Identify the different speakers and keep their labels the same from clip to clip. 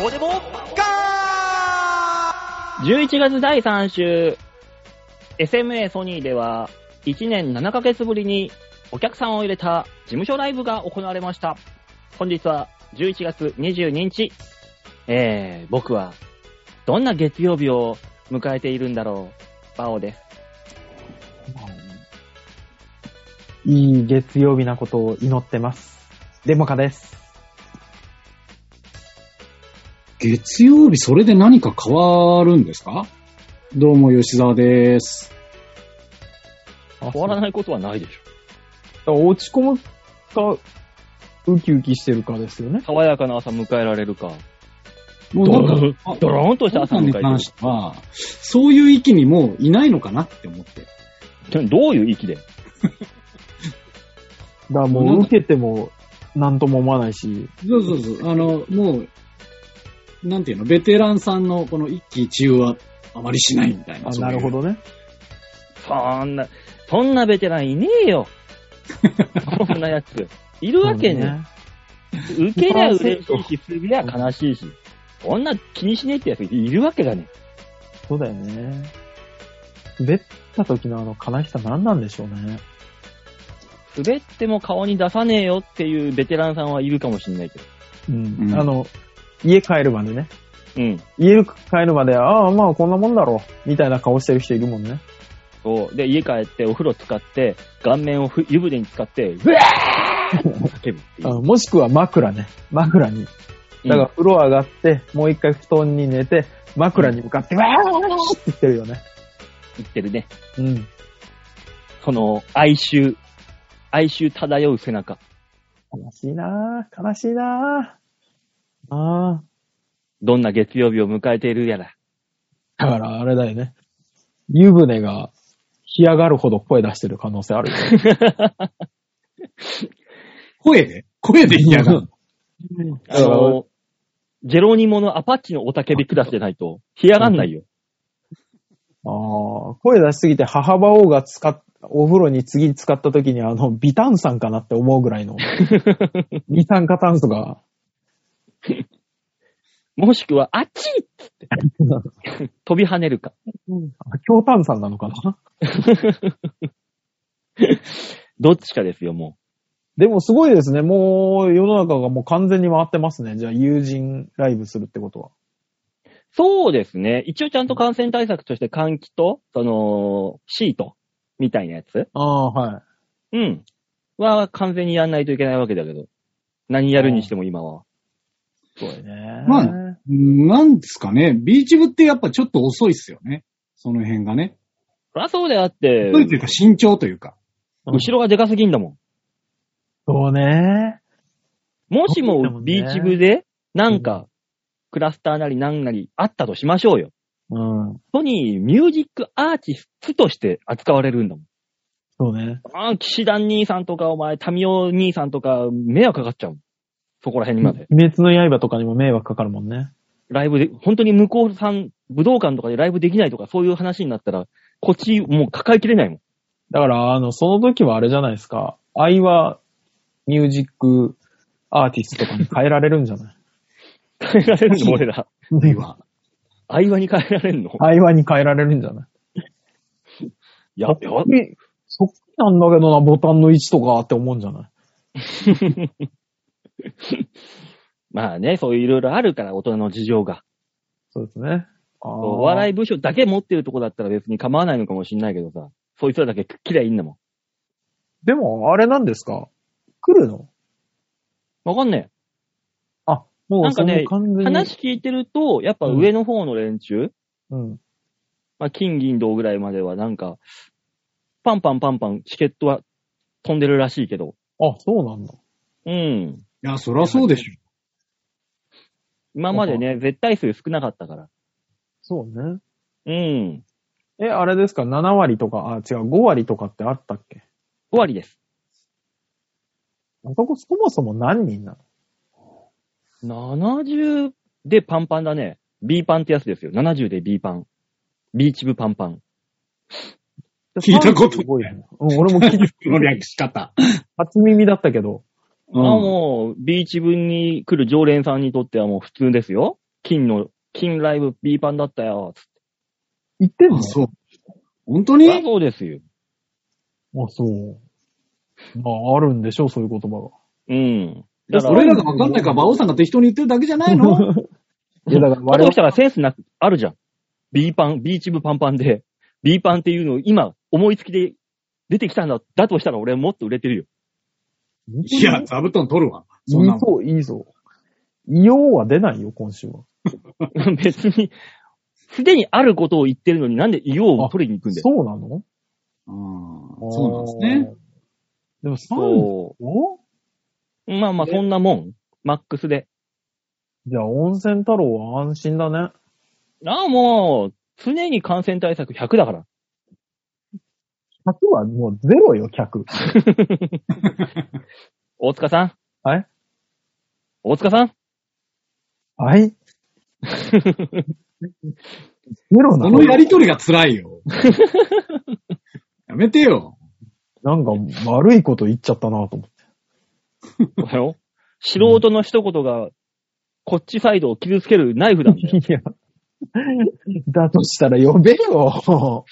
Speaker 1: どうでもガー
Speaker 2: 11月第3週、SMA ソニーでは、1年7ヶ月ぶりにお客さんを入れた事務所ライブが行われました。本日は11月22日、えー、僕は、どんな月曜日を迎えているんだろう、バオです。
Speaker 3: いい月曜日なことを祈ってます。デモカです。
Speaker 4: 月曜日それで何か変わるんですかどうも吉沢です。
Speaker 2: 変わらないことはないでし
Speaker 3: 落ち込むか、ウキウキしてるかですよね。
Speaker 2: ょ。爽やかな朝迎えられるか。
Speaker 4: もう
Speaker 2: ド
Speaker 4: なんか
Speaker 2: ロ、ン、ドローンとした
Speaker 4: 今
Speaker 2: 朝迎
Speaker 4: 回
Speaker 2: え
Speaker 4: に
Speaker 2: て
Speaker 4: 関しては、そういう域にもういないのかなって思って。
Speaker 2: る。どういう域で
Speaker 3: だから
Speaker 4: な
Speaker 3: も
Speaker 4: ん
Speaker 3: う
Speaker 4: か
Speaker 3: 受けても、なんとも思わないし、
Speaker 4: そうそうそう。あの、もう、なんていうの、ベテランさんのこの一喜一憂はあまりしないみたいな。
Speaker 3: あ、
Speaker 4: そうい
Speaker 3: な
Speaker 4: う
Speaker 3: るほ。どね。
Speaker 2: そんな、そんなベテランいねえ よ。そんなやつ。いるわけね。受けりゃ嬉しいし、すりゃ悲しいし。こんな気にしねえってやついるわけがね
Speaker 3: そうだよね。滑った時のあの悲しさ何なんでしょうね。
Speaker 2: え。滑っても顔に出さねえよっていうベテランさんはいるかもしんないけど。
Speaker 3: うん。
Speaker 4: うん
Speaker 3: あの、家帰るまでね。
Speaker 2: うん。
Speaker 3: 家帰るまで、ああ、まあこんなもんだろう。みたいな顔してる人いるもんね。
Speaker 2: そう。で、家帰ってお風呂使って、顔面をふ湯船に使って、うわーって叫ぶってい
Speaker 3: あ
Speaker 2: う。
Speaker 3: のもしくは枕ね。枕に。だから、風呂上がって、もう一回布団に寝て、枕に向かって、わーって言ってるよね。
Speaker 2: 言ってるね。
Speaker 3: うん。
Speaker 2: その、哀愁。哀愁漂う背中。
Speaker 3: 悲しいなぁ、悲しいなぁ。あ
Speaker 2: どんな月曜日を迎えているやら。
Speaker 3: あ。だから、あれだよね。湯船が、干上がるほど声出してる可能 性あるよ。
Speaker 4: 声で声で嫌 がる。
Speaker 2: あの、ジェロニモのアパッチのおたけびクラスでないと、干上がんないよ。
Speaker 3: ああ、声出しすぎて母馬王が使っ、お風呂に次に使った時にあの、微炭酸かなって思うぐら いの、二酸化炭素が、
Speaker 2: もしくは、あっちっつ って、飛び跳ねるか。
Speaker 3: あ強炭酸なのかな
Speaker 2: どっちかですよ、も
Speaker 3: でもすごいですね。もう世の中がもう完全に回ってますね。じゃあ友人ライブするってことは。
Speaker 2: う。そうですね。一応ちゃんと感染対策として換気と、その、シートみたいなやつ
Speaker 3: ああ、はい。
Speaker 2: うん。は完全にやんないといけないわけだけど。何やるにしても今は。
Speaker 3: すごいね。
Speaker 4: まあなんですかね。ビーチ部ってやっぱちょっと遅いっすよね。その辺がね。
Speaker 2: そりゃそうであって、
Speaker 4: 遅いというか慎重というか。
Speaker 2: 後ろがでかすぎんだも
Speaker 3: そうね。
Speaker 2: ん。もし
Speaker 3: そうだも
Speaker 2: も
Speaker 3: んね
Speaker 2: ビーチ部で、なんか、クラスターなりなんなりあったとしましょうよ。
Speaker 3: うん。
Speaker 2: ソニーミュージックアーティストとして扱われるんだもん。
Speaker 3: そうね。
Speaker 2: ああ、騎士団兄さんとか、お前、民オ兄さんとか、迷惑かかっちゃうもん。そこら辺にまで。
Speaker 3: 滅の刃とかにも迷惑かかるもんね。
Speaker 2: ライブで、本当に向こうさん、武道館とかでライブできないとか、そういう話になったら、こっちもう抱えきれないもん。
Speaker 3: だから、あの、その時はあれじゃないですか。愛はミュージックアーティストとかに変えられるんじ ゃない
Speaker 2: 変えられるの俺ら。
Speaker 4: では。
Speaker 2: 相場に変えられんの
Speaker 3: 愛はに変えられるんじゃない
Speaker 2: や、や、
Speaker 3: えそっくりなんだけどな、ボタンの位置とかって思うんじゃない
Speaker 2: まあね、そういういろいろあるから、大人の事情が。
Speaker 3: そうですね。ああ
Speaker 2: お笑い部署だけ持ってるとこだったら別に構わないのかもしんないけどさ、そいつらだけくっきりゃいいんだも
Speaker 3: でも、あれなんですか来るの
Speaker 2: ん。わかんねえ。
Speaker 3: も
Speaker 2: な
Speaker 3: うん
Speaker 2: か
Speaker 3: そ
Speaker 2: ね
Speaker 3: の完全に。
Speaker 2: 話聞いてると、やっぱ上の方の連中、
Speaker 3: うん。
Speaker 2: まあ、金銀銅ぐらいまではなんか、パンパンパンパンチケットは飛んでるらしいけど、
Speaker 3: あ、そうなんだ。
Speaker 2: うん。
Speaker 4: いや、そりゃそうでしょ。
Speaker 2: 今までね、絶対数少なかったから。
Speaker 3: そうね。
Speaker 2: うん。
Speaker 3: え、あれですか ?7 割とか、あ、違う、5割とかってあったっけ
Speaker 2: 5割です。
Speaker 3: あそこそもそも何人なの
Speaker 2: 70でパンパンだね。B パンってやつですよ。70で B パン。ビーチ部パンパン。
Speaker 4: 聞いたことな
Speaker 3: 35よ
Speaker 4: い
Speaker 3: ねうん、俺も聞いた。
Speaker 4: この略し方。
Speaker 3: 初耳だったけど。
Speaker 4: うん
Speaker 2: あもう、ビーチ部に来る常連さんにとってはもう普通ですよ。金の、金ライブ B 版だったよ、つっ
Speaker 3: 言ってんの
Speaker 4: あ、そう。本当
Speaker 2: て。そりゃ
Speaker 4: に
Speaker 2: そうですよ。
Speaker 3: あ、そう。まあ、あるんでしょう、そういう言葉
Speaker 2: うん。だから、
Speaker 4: 俺らがわかんないから、馬王さんが適当に言ってるだけじゃないの
Speaker 3: が。いや、だから
Speaker 2: 加
Speaker 3: 我
Speaker 2: 藤
Speaker 3: 々、
Speaker 2: したらセンスなく、あるじゃん。B パン、B チブパンパンで、B パンっていうのを今、思いつきで出てきたんだ、だとしたら俺もっと売れてるよ。
Speaker 4: い や、座布団取るわ。そん
Speaker 3: い
Speaker 4: ないもん
Speaker 3: そう、いいぞ。異様は出ないよ、今週は。
Speaker 2: 別に、すでにあることを言ってるのになんで硫黄を取りに行くんだよ。
Speaker 3: そうなの
Speaker 4: うんそうなんですね。。
Speaker 3: あーでも、サン
Speaker 2: そ
Speaker 3: お
Speaker 2: う。まあまあ、そんなもん。マックスで。
Speaker 3: じゃあ、温泉太郎は安心だね。
Speaker 2: ああ、もう、常に感染対策100だから。
Speaker 3: 客はもうゼロよ、客。
Speaker 2: 大塚さん。
Speaker 3: はい
Speaker 2: 大塚さん。
Speaker 3: はい。ゼロなの
Speaker 4: このやりとりが辛い よ。やめてよ。
Speaker 3: なんか悪いこと言っちゃったなと思って。
Speaker 2: おはよう。素人の一言が、こっちサイドを傷つけるナイフなん だよ。
Speaker 3: いや。だとしたら呼べよ。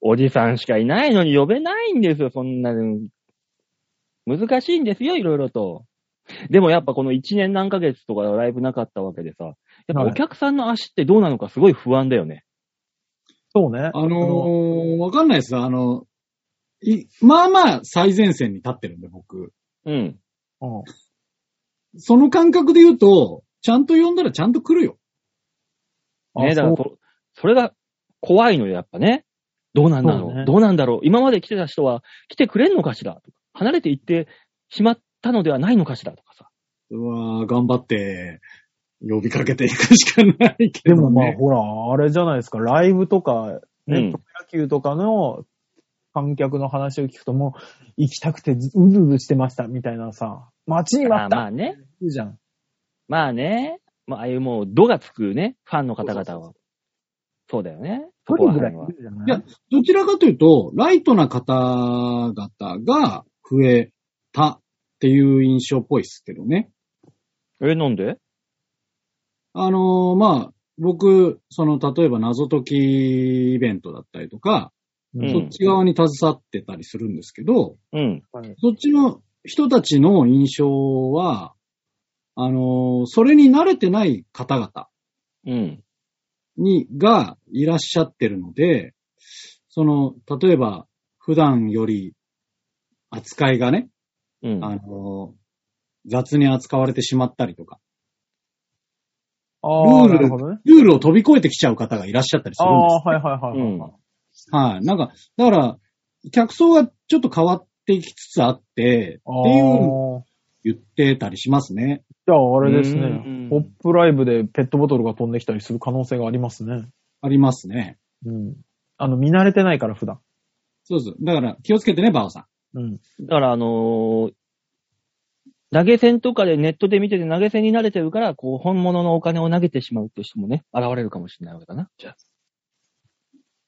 Speaker 2: おじさんしかいないのに呼べないんですよ、そんなの。難しいんですよ、いろいろと。でもやっぱこの1年何ヶ月とかライブなかったわけでさ、やっぱ
Speaker 3: はい
Speaker 2: お客さんの足ってどうなのかすごい不安だよね。
Speaker 3: そうね。
Speaker 4: あのー、わかんないです。あの、いまあまあ最前線に立ってるんで、僕。
Speaker 2: うん。
Speaker 3: あの、うん
Speaker 4: その感覚で言うと、ちゃんと呼んだらちゃんと来るよ。
Speaker 3: あ
Speaker 2: ねだからそ、それが怖いのよ、やっぱね。どうなんだろ
Speaker 3: そううね
Speaker 2: どうなんだろう今まで来てた人は来てくれんのかしら離れていってしまったのではないのかしらとかさ。
Speaker 4: うわー頑張って、呼びかけていくしかないけ
Speaker 3: で
Speaker 4: ど、ね。
Speaker 3: もまあ、ほら、あれじゃないですか、ライブとか、
Speaker 2: う
Speaker 3: ね、
Speaker 2: ん
Speaker 3: プロ野球とかの観客の話を聞くともう、行きたくてずうずうずしてました、みたいなさ、待ちに待
Speaker 2: まあ
Speaker 3: っ
Speaker 2: ま
Speaker 3: た
Speaker 2: あね。
Speaker 3: 言うじゃん。
Speaker 2: まあね。まあ、ああいうもう、度がつくね、ファンの方々は。そうだよね。そ
Speaker 3: 一
Speaker 2: こ
Speaker 3: 人
Speaker 2: ら
Speaker 3: ぐらい
Speaker 2: 辺
Speaker 3: い
Speaker 2: は
Speaker 3: る。じゃない
Speaker 4: いやどちらかというと、ライトな方々が増えたっていう印象っぽいですけどね。
Speaker 2: え、なんで
Speaker 4: あのーまあ、僕、その、例えば謎解きイベントだったりとか、
Speaker 2: うん
Speaker 4: そっち側に携わってたりするんですけど、
Speaker 2: うん。
Speaker 4: そっちの人たちの印象は、あのーそれに慣れてない方々
Speaker 2: うん。
Speaker 4: に、がいらっしゃってるので、その、例えば、普段より扱いがね、
Speaker 2: うん。
Speaker 4: あの、雑に扱われてしまったりとか、
Speaker 3: ああ、
Speaker 4: ルール
Speaker 3: なるほどね。
Speaker 4: ルールを飛び越えてきちゃう方がいらっしゃったりす
Speaker 3: あ
Speaker 4: るんで
Speaker 3: あ、はいはいはいはいはい。
Speaker 4: す。はい。なんか、だから、客層がちょっと変わってきつつあって、
Speaker 3: ああ
Speaker 4: っていう言ってたりしますね。
Speaker 3: じゃあ、あれですね
Speaker 2: うん。
Speaker 3: ポップライブでペットボトルが飛んできたりする可能性がありますね。
Speaker 4: ありますね。
Speaker 3: うん。あの、見慣れてないから、普段。
Speaker 4: そうそう。だから、気をつけてね、バオさん。
Speaker 3: うん。
Speaker 2: だから、あのー投げ銭とかでネットで見てて投げ銭に慣れてるから、こう、本物のお金を投げてしまうっていう人もね、現れるかもしれないわけだな。じゃあ。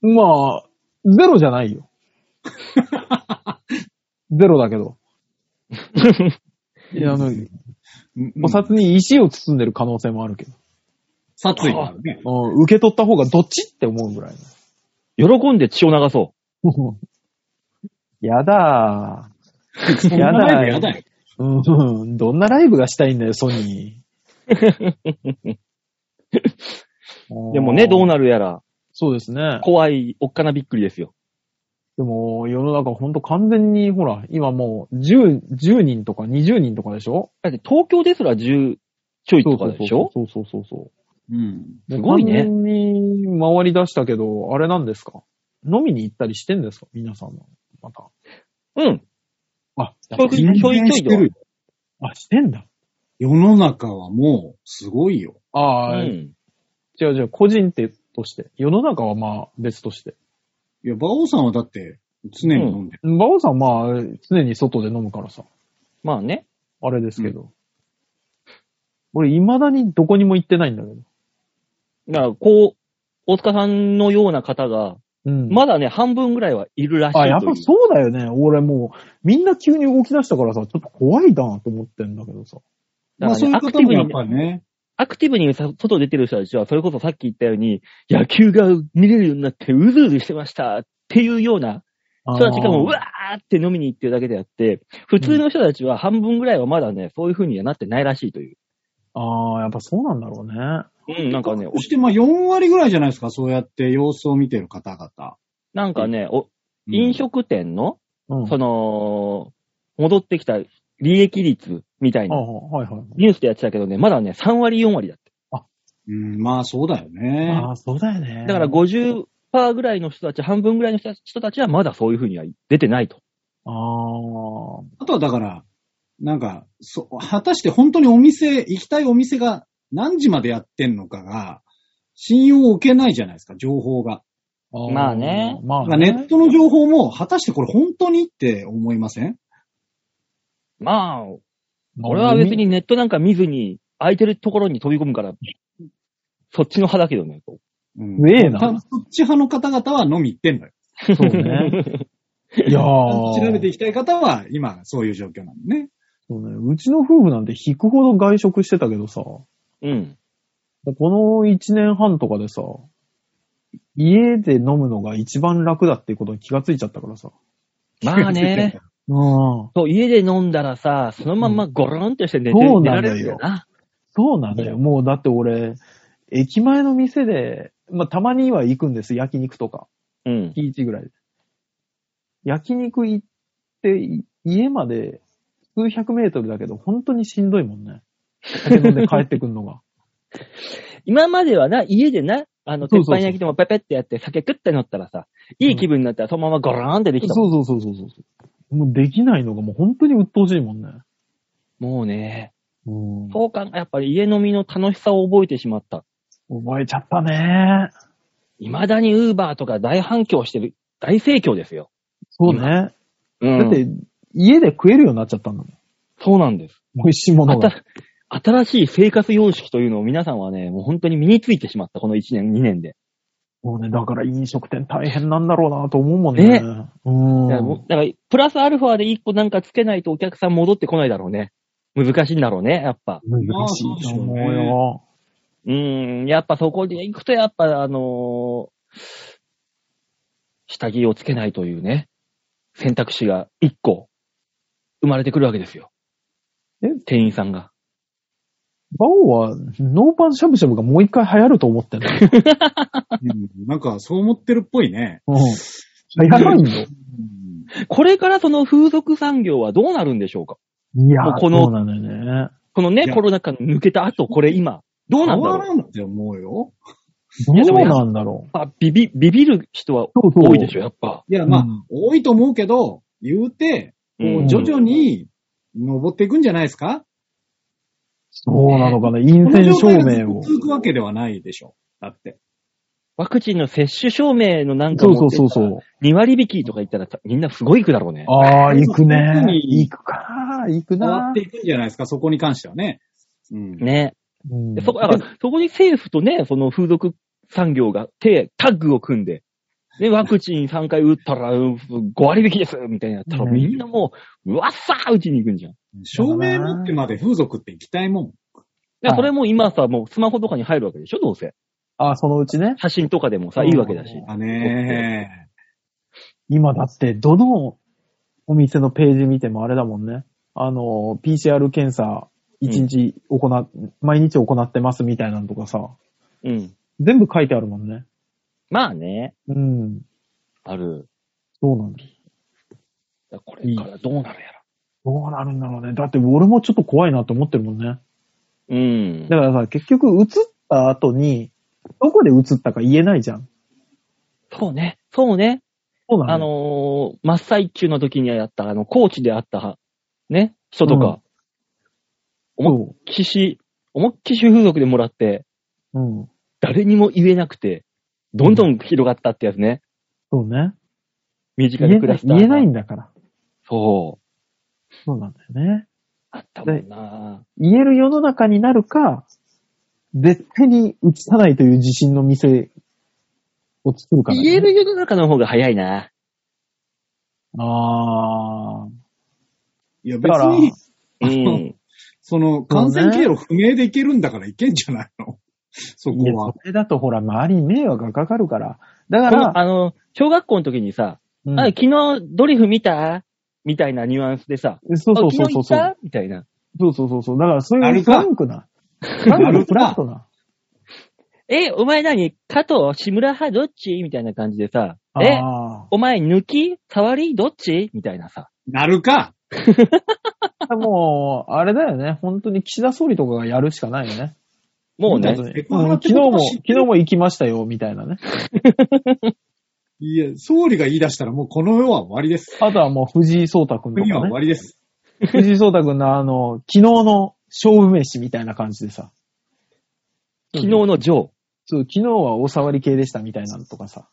Speaker 3: まあ、ゼロじゃ ないよ。ゼロだけど。いや、あの、
Speaker 4: うん
Speaker 3: お札に石を包んでる可能性もあるけど。
Speaker 4: 殺意があるね。
Speaker 3: うん、受け取った方がどっちって思うぐらい
Speaker 2: 喜んで血を流そ
Speaker 3: の。 やだ
Speaker 4: そんなライブやだよ。
Speaker 3: ー。うん、どんなライブがしたいんだよ、ソニー。
Speaker 2: う。 でもね、どう
Speaker 3: る
Speaker 2: なるやら、
Speaker 3: そうですね。
Speaker 2: 怖い、おっかなびっくりですよ。
Speaker 3: でも、世の中ほんと完全に、ほら、今もう10、10人とか20人とかでしょ
Speaker 2: だって東京ですら10ちょいとかでしょ
Speaker 3: そうそうそうそう。
Speaker 4: うん。
Speaker 2: すごいね
Speaker 3: 完全に回り出したけど、あれなんですか飲みに行ったりしてんですか皆さんは。また。
Speaker 2: うん。
Speaker 3: あ、
Speaker 2: ちょいちょいちょい
Speaker 4: 全然してるよ
Speaker 3: あ、してんだ。
Speaker 4: 世の中はもう、すごいよ。
Speaker 3: ああ、
Speaker 2: うん。
Speaker 3: 違う違う、個人って、として。世の中はまあ、別として。
Speaker 4: いや、馬王さんはだって、常に飲んでる。
Speaker 3: 馬王さんはまあ、常に外で飲むからさ。
Speaker 2: まあね。
Speaker 3: あれですけど。俺、未だにどこにも行ってないんだけど。
Speaker 2: だから、こう、大塚さんのような方が、
Speaker 3: うん。
Speaker 2: まだね、半分ぐらいはいるらしいとい
Speaker 3: あ、
Speaker 2: う。
Speaker 3: やっぱそうだよね。俺もう、みんな急に動き出したからさ、ちょっと怖いなと思ってんだけどさ。
Speaker 2: だ
Speaker 4: まあ
Speaker 2: からね
Speaker 4: そういう
Speaker 2: アク
Speaker 4: 方
Speaker 2: ティ
Speaker 4: も
Speaker 2: ブ
Speaker 4: や
Speaker 2: に
Speaker 4: っ
Speaker 2: ね、
Speaker 4: ぱね、
Speaker 2: アクティブにさ外出てる人たちは、それこそさっき言ったように、野球が見れるようになって、うずうずしてましたっていうような人たちがもう、うわーって飲みに行ってるだけであって、普通の人たちは半分ぐらいはまだね、そういう風にはなってないらしいという。
Speaker 3: ああ、やっぱそうなんだろうね。
Speaker 2: うん、なんかね、お
Speaker 4: そしてまあ4割ぐらいじゃないですか、そうやって様子を見てる方々。
Speaker 2: なんかね、お
Speaker 4: うん
Speaker 2: 飲食店の、
Speaker 3: うん。
Speaker 2: その、戻ってきた利益率みたい
Speaker 3: あ
Speaker 2: な、
Speaker 3: あ、はいはい。
Speaker 2: ニュースでやってたけどね、まだね、3割4割だって。
Speaker 4: うん、まあそうだよね。
Speaker 3: ああ、そうだよね。
Speaker 2: だから50%ぐらいの人たち、半分ぐらいの人たち人たちはまだそういう風には出てないと。
Speaker 3: ああ、
Speaker 4: あとはだから、なんか、そ、果たして本当にお店、行きたいお店が何時までやってんのかが、信用を受けないじゃないですか、情報が。
Speaker 3: あ
Speaker 2: まあね
Speaker 3: ま
Speaker 4: だか
Speaker 3: あ
Speaker 4: らネッ
Speaker 3: ね。
Speaker 4: トの情報も、果たしてこれ本当にって思いません
Speaker 2: まあ、俺は別にネットなんか見ずに、空いてるところに飛び込むから、そっちの派だけどね。
Speaker 4: うん
Speaker 3: ねえ
Speaker 4: たそ
Speaker 3: な
Speaker 4: っ。ち派の方々は飲み行ってんのよ。
Speaker 3: そう ね。いやー
Speaker 4: 調べていきたい方は、今、そういう状況なんでね。
Speaker 3: そうね。うちの夫婦なんて引くほど外食してたけどさ、こ
Speaker 2: うん。
Speaker 3: の1年半とかでさ、家で飲むのが一番楽だっていうことに気がついちゃったからさ。
Speaker 2: まあね、
Speaker 3: うん。
Speaker 2: そう家で飲んだらさ、そのまんまゴロンとして寝て、
Speaker 3: そう
Speaker 2: 寝
Speaker 3: な
Speaker 2: ら
Speaker 3: の
Speaker 2: れ
Speaker 3: よ
Speaker 2: るよな。
Speaker 3: そうなんだよ。もうだって俺、駅前の店で、まあ、たまには行くんです。焼肉とか。
Speaker 2: うん。
Speaker 3: 月1ぐらいで。焼肉行って、い家まで数百メートルだけど、本当にしんどいもんね。酒飲んで帰ってくんの が。
Speaker 2: 今まではな、家でな、あの、
Speaker 3: そ
Speaker 2: 鉄
Speaker 3: うそうそう
Speaker 2: 板焼きでもペペってやって酒食って乗ったらさ、いい気分になったらそのままゴローンってできたもん、
Speaker 3: そうそうそうそうそう。もうできないのがもう本当に鬱陶しいもんね。
Speaker 2: もうね、
Speaker 3: うん。
Speaker 2: そうか、やっぱり家飲みの楽しさを覚えてしまった。
Speaker 3: 覚えちゃったね。
Speaker 2: 未だにウーバーとか大反響してる、大盛況ですよ。
Speaker 3: そうね。
Speaker 2: うん。
Speaker 3: だって、家で食えるようになっちゃったんだもん。
Speaker 2: そうなんです。
Speaker 3: 美味しいもの
Speaker 2: あ
Speaker 3: が。
Speaker 2: た新しい生活様式というのを皆さんはね、もう本当に身についてしまった、この1年、2年で。
Speaker 3: もうね、だから飲食店大変なんだろうなと思うもんね。
Speaker 2: ね
Speaker 3: うん。
Speaker 2: だからもう、だからプラスアルファで1個なんかつけないとお客さん戻ってこないだろうね。難しいんだろうね、やっぱ。
Speaker 3: 難しいと思うよ。
Speaker 2: うーん、やっぱそこに行くと、やっぱあのー下着をつけないというね、選択肢が1個生まれてくるわけですよ。
Speaker 3: え
Speaker 2: 店員さんが。
Speaker 3: バオは、ノーパンしゃぶしゃぶがもう一回流行ると思っ てんの。
Speaker 4: うんなんか、そう思ってるっぽいね。
Speaker 3: うん。流行 らんよ。
Speaker 4: うん
Speaker 2: これからその風俗産業はどうなるんでしょうか
Speaker 3: いや
Speaker 2: もう
Speaker 3: ー、
Speaker 2: この
Speaker 3: そうなのよね。
Speaker 2: この
Speaker 4: い
Speaker 2: ね、
Speaker 4: や
Speaker 2: コロナ禍抜けた後、これ今、どうなんだ
Speaker 4: 変
Speaker 2: ろ
Speaker 4: わ
Speaker 2: う
Speaker 4: らんって思うよ。
Speaker 3: ど
Speaker 2: いやでも
Speaker 3: うなんだろ
Speaker 2: まあ、ビビ、ビビる人は
Speaker 3: う。そうそう。
Speaker 2: 多いでしょ、やっぱ。
Speaker 4: いや、まあ、
Speaker 3: うん
Speaker 4: 多いと思うけど、言うて、
Speaker 2: う
Speaker 4: こうん徐々に登っていくんじゃないですか、
Speaker 3: そうなのかな。陰
Speaker 4: この
Speaker 3: 性
Speaker 4: 状
Speaker 3: 証
Speaker 4: 態がずっ
Speaker 3: 明
Speaker 4: と
Speaker 3: を。
Speaker 4: 続くわけではないでしょ。だって。
Speaker 2: ワクチンの接種証明のなんか
Speaker 3: そう
Speaker 2: 持っ
Speaker 3: そう
Speaker 2: て
Speaker 3: そう
Speaker 2: った
Speaker 3: そ
Speaker 2: ら
Speaker 3: う。
Speaker 2: 2割引きとか言ったらみんなすごい行くだろうね。
Speaker 3: ああ、行くね
Speaker 4: 本。当に
Speaker 3: 行くか。行く
Speaker 4: 変わ
Speaker 3: な
Speaker 4: って。いくんじゃないですかそこに関してはね。うん。
Speaker 2: ね。
Speaker 3: うん
Speaker 2: でそこ、だから、そこに政府とね、その風俗産業が手、タッグを組んで、ね、ワクチン3回打ったらうん5割引きですみたいなやったら
Speaker 3: ね
Speaker 2: みんなもう、うわっさー打ちに行くんじゃん。
Speaker 4: 証明持ってまで風俗って行きたいもん。
Speaker 2: でそれも今さ、もうスマホとかに入るわけでしょ、どうせ。
Speaker 3: あーそのうちね。
Speaker 2: 写真とかでもさ、いいわけだし。
Speaker 4: あね
Speaker 3: 今だって、どのお店のページ見てもあれだもんね。あの、PCR 検査、一日行っ、毎日行ってますみたいなのとかさ、
Speaker 2: うん。
Speaker 3: 全部書いてあるもんね。
Speaker 2: まあね、
Speaker 3: うん。
Speaker 2: ある。
Speaker 3: そうなんだ。
Speaker 2: だからこれからどうなるや
Speaker 3: どうなるんだろうね。だって俺もちょっと怖いなって思ってるもんね。
Speaker 2: ら。うん
Speaker 3: だ。からさ、結局映った後に、どこで映ったか言えないじゃん。
Speaker 2: そうね。そうね。
Speaker 3: そうな
Speaker 2: あ
Speaker 3: のよ
Speaker 2: のー真っ最中の時にやった、あの、コーチであった、ね、人とか、思いっ
Speaker 3: そ
Speaker 2: きし、思いっきし風俗でもらって、
Speaker 3: う。うん。
Speaker 2: 誰にも言えなくて、どんどん広がったってやつね。
Speaker 3: そうね。
Speaker 2: 身近
Speaker 3: 言え
Speaker 2: に暮
Speaker 3: な
Speaker 2: ら
Speaker 3: い
Speaker 2: した。
Speaker 3: 言えないんだから。
Speaker 2: そう。
Speaker 3: そうなんだよね。
Speaker 2: あったもんな
Speaker 3: 言える世の中になるか、絶対に映さないという自信の店を作るから、
Speaker 2: 言える世の中の方が早いな。
Speaker 3: ああ。
Speaker 4: いや、別
Speaker 3: だから
Speaker 4: に、
Speaker 2: うん。
Speaker 4: その、感染経路不明でいけるんだからいけんじゃないのそこ
Speaker 3: いや、
Speaker 4: は
Speaker 3: そ。れだとほら、周りに迷惑がかかるから。だか
Speaker 2: こ
Speaker 3: ら
Speaker 2: の、あの、小学校の時にさ、
Speaker 3: うん
Speaker 2: あ、昨日ドリフ見たみたいなニュアンスでさ、
Speaker 3: そうそうそう
Speaker 2: あ
Speaker 3: そう
Speaker 2: 昨日行ったみたいな。
Speaker 3: そうそうそうそう。だから、そう
Speaker 4: ないる
Speaker 3: う
Speaker 4: か
Speaker 3: フランクな。フランク
Speaker 4: なる
Speaker 3: な、
Speaker 4: か
Speaker 3: フラットな。
Speaker 2: え、お前何加藤、志村派どっちみたいな感じでさ、え、
Speaker 3: あ
Speaker 2: お前抜き触りどっちみたいなさ。
Speaker 4: なるか。
Speaker 3: あ。もう、あれだよね。本当に岸田総理とかがやるしかないよね。
Speaker 2: もうね
Speaker 3: 本当、に
Speaker 4: セクハ
Speaker 3: う
Speaker 4: ラ
Speaker 3: ん
Speaker 4: って
Speaker 3: 昨
Speaker 4: こ
Speaker 3: 日
Speaker 4: と
Speaker 3: も、
Speaker 4: 知っ
Speaker 3: 昨日も行きましたよ、みたいなね。
Speaker 4: いや、総理が言い出したらもうこの世は終わりです。
Speaker 3: あとはもう藤井聡太くんと
Speaker 4: 国
Speaker 3: か
Speaker 4: は終
Speaker 3: ね。
Speaker 4: わりです。
Speaker 3: 藤井聡太くんのあの、昨日の勝負飯みたいな感じでさ。
Speaker 2: 昨日のジョー。
Speaker 3: そう、昨日は大触り系でしたみたいなのとかさ。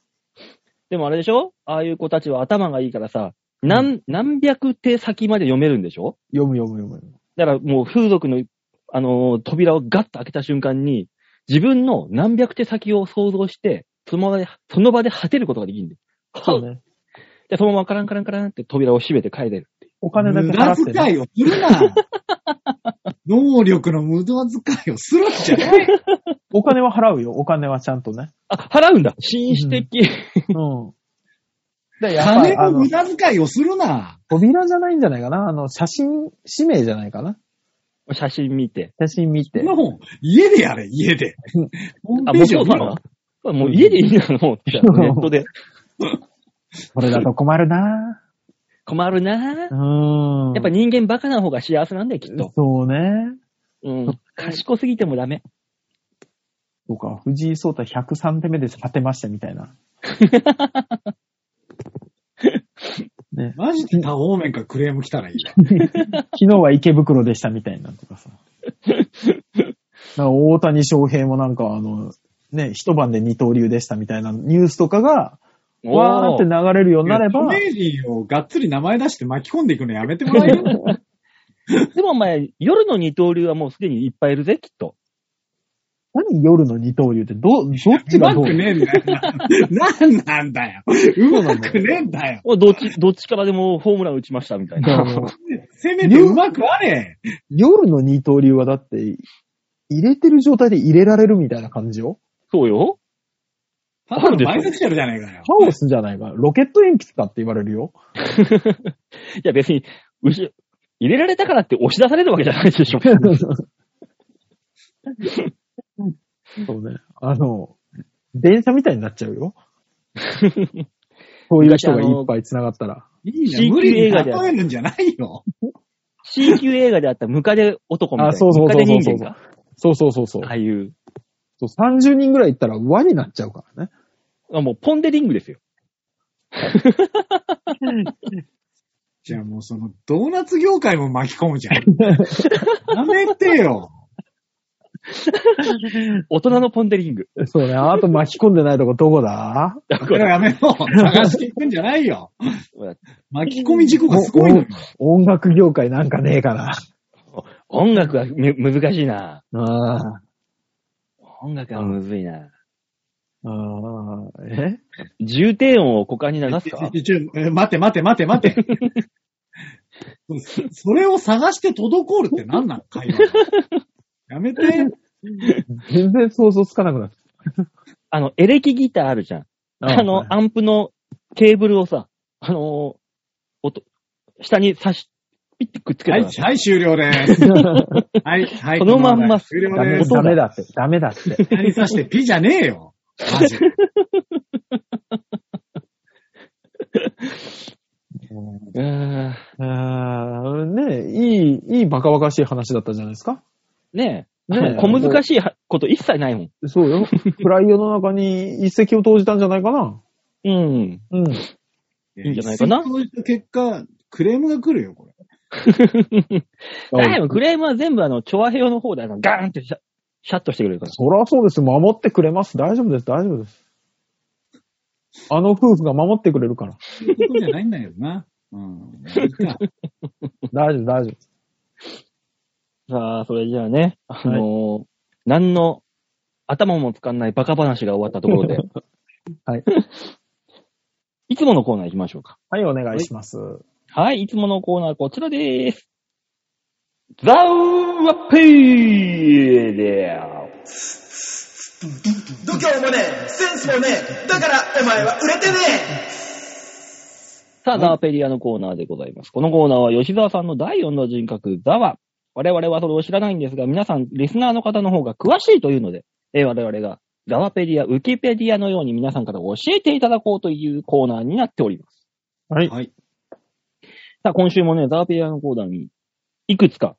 Speaker 2: でもあれでしょああいう子たちは頭がいいからさ、何、何百手先まで読めるんでしょ
Speaker 3: 読む読む読む。
Speaker 2: だからもう風俗の、あのー扉をガッと開けた瞬間に、自分の何百手先を想像して、その場で、その場で果てることができるんだよ。
Speaker 3: そうね。
Speaker 2: で、そのままカランカランカランって扉を閉めて帰れる。
Speaker 3: お金だけ
Speaker 4: 無
Speaker 3: 払
Speaker 4: 駄
Speaker 3: って、ね。
Speaker 4: 遣いをす るな。能力の無駄遣いをするんじゃない。
Speaker 3: お金は払うよ。お金はちゃんと ね。
Speaker 2: あ、払うんだ紳士的。
Speaker 3: うん。だからやっぱ
Speaker 4: 金
Speaker 3: り、あ
Speaker 4: の
Speaker 3: の
Speaker 4: 無、駄遣いをするな。
Speaker 3: 扉じゃないんじゃないかな。あの、写真、氏名じゃないかな。
Speaker 2: 写真見て。
Speaker 3: 写真見て
Speaker 4: そん。なもん、家でやれ、家で。ホーム
Speaker 2: あ、
Speaker 4: ペ
Speaker 2: も
Speaker 4: ー
Speaker 2: う
Speaker 4: ジ
Speaker 2: そ
Speaker 4: を
Speaker 2: う
Speaker 4: 見
Speaker 2: な
Speaker 4: ろ
Speaker 2: の。あもう家でいいなのってネットで。
Speaker 3: これだと困るな
Speaker 2: 困るなぁ
Speaker 3: う。ーん。
Speaker 2: やっぱ人間バカな方が幸せなんだよ、きっと。
Speaker 3: そうね。
Speaker 2: うん。賢すぎてもダメ。
Speaker 3: そうか、藤井聡太103手目で果てましたみたい な。ね、
Speaker 4: マジで多方面からクレーム来たらいいわ。
Speaker 3: 昨日は池袋でしたみたいなとかさ。なんか大谷翔平もなんかあの、ね、一晩で二刀流でしたみたいなニュースとかが、わーって流れるように なれば、
Speaker 4: 有名人をがっつり名前出して巻き込んでいくのやめてもらえ る
Speaker 2: でもお前、夜の二刀流はもうすでにいっぱいいるぜ、きっと。
Speaker 3: 何夜の二刀流って、ど、どっち
Speaker 4: う
Speaker 3: が
Speaker 4: ま
Speaker 3: どう
Speaker 4: くねえんだよ。なんなんだよ。うまくねえんだよ。
Speaker 2: おどっ ち、どっちからでもホームラン打ちました、みたい
Speaker 3: だか
Speaker 2: な。
Speaker 3: らもう
Speaker 4: せめてうまくあれ。
Speaker 3: 夜の二刀流はだって、入れてる状態で入れられるみたいな感じよ。
Speaker 2: そうよ。
Speaker 4: ただのバイセクシャルじゃないかよ。
Speaker 3: カオスじゃないか。ロケット鉛筆かって言われるよ。
Speaker 2: いや別に、うし、入れられたからって押し出されるわけじゃないでし ょ。
Speaker 3: そうね。あの、電車みたいになっちゃう よ。そういう
Speaker 2: 昔
Speaker 3: 人がいっぱい繋がったら。
Speaker 4: いい
Speaker 2: 新
Speaker 4: ね。無理
Speaker 2: 旧映
Speaker 4: に
Speaker 2: 画
Speaker 4: 例
Speaker 2: じゃん
Speaker 4: えるんじゃないよ。
Speaker 2: C 級映画であったムカデ男みたいな。
Speaker 3: あそうそうそ
Speaker 2: ムカ
Speaker 3: うそうそう
Speaker 2: デ人間か。
Speaker 3: そうそうそうそう。
Speaker 2: ああいう。
Speaker 3: そう30人ぐらい行ったら輪になっちゃうからね。
Speaker 2: あもうポンデリングですよ。
Speaker 4: じゃあもうそのドーナツ業界も巻き込 むじゃん。やめてよ。
Speaker 2: 大人のポンデリング。
Speaker 3: そうね。あと巻き込んでないとこどこだ
Speaker 4: これやめろ。探していくんじゃないよ。巻き込み事故がすごいのよ。
Speaker 3: 音楽業界なんかねえから。
Speaker 2: 音楽はむ難しいな。
Speaker 3: あ
Speaker 2: 音楽はむずいな。
Speaker 3: あ。ああ。え
Speaker 2: 重低音を股間に流す か
Speaker 4: ちょちょちょえ待て待て待て待て。そそれを探して滞るって何なの会話。やめて。
Speaker 3: 全然想像つかなくなった。
Speaker 2: あの、エレキギターあるじゃん。あの、アンプのケーブルをさ、あのー音、下に差し、ピッてくっつけた
Speaker 4: は
Speaker 2: ら、
Speaker 4: い、はい、終了です。はい、は い。
Speaker 2: このまんま
Speaker 4: 終了
Speaker 3: ダメ
Speaker 4: です。
Speaker 3: ダメだって、ダメだって。
Speaker 4: 何さしてピじゃねえよ。マジで
Speaker 2: うーん
Speaker 3: うーんねいい、いいバカバカしい話だったじゃないですか。
Speaker 2: ねえ、
Speaker 3: ねえ
Speaker 2: 小難しいはこと一切ないもん。
Speaker 3: そう よ。フライ世の中に一石を投じたんじゃないかな。
Speaker 2: うん。
Speaker 3: うん。
Speaker 2: いんじゃないかな
Speaker 4: そういった結果、クレームが来るよ、これ。
Speaker 2: でもクレームは全部あの、チョアヘヨの方であのガーンってシャシャッとしてくれるから。
Speaker 3: そらそうです。守ってくれます。大丈夫です。大丈夫です。あの夫婦が守ってくれるから。
Speaker 4: そういうことじゃないんだけどな。うん。いいか
Speaker 3: 大丈夫、大丈
Speaker 2: さあ、それじゃあね、あのー何の頭も使わないバカ話が終わったとこ ろで。
Speaker 3: はい。
Speaker 2: いつものコーナー行きましょうか。
Speaker 3: 夫。はい、お願いします。
Speaker 2: はい、いつものコーナーこちらでーす。ザウアペイで
Speaker 1: 度胸もねえセンスもねえだからお前は売れてね
Speaker 2: さあ、ザワペディアのコーナーでございます。このコーナーは吉沢さんの第4の人格、ザワ。我々はそれを知らないんですが、皆さん、リスナーの方の方が詳しいというので、えー我々がザワペディア、ウィキペディアのように皆さんから教えていただこうというコーナーになっております。
Speaker 3: はい。
Speaker 4: はい。
Speaker 2: さあ、今週もね、ザワペディアのコーナーに、いくつか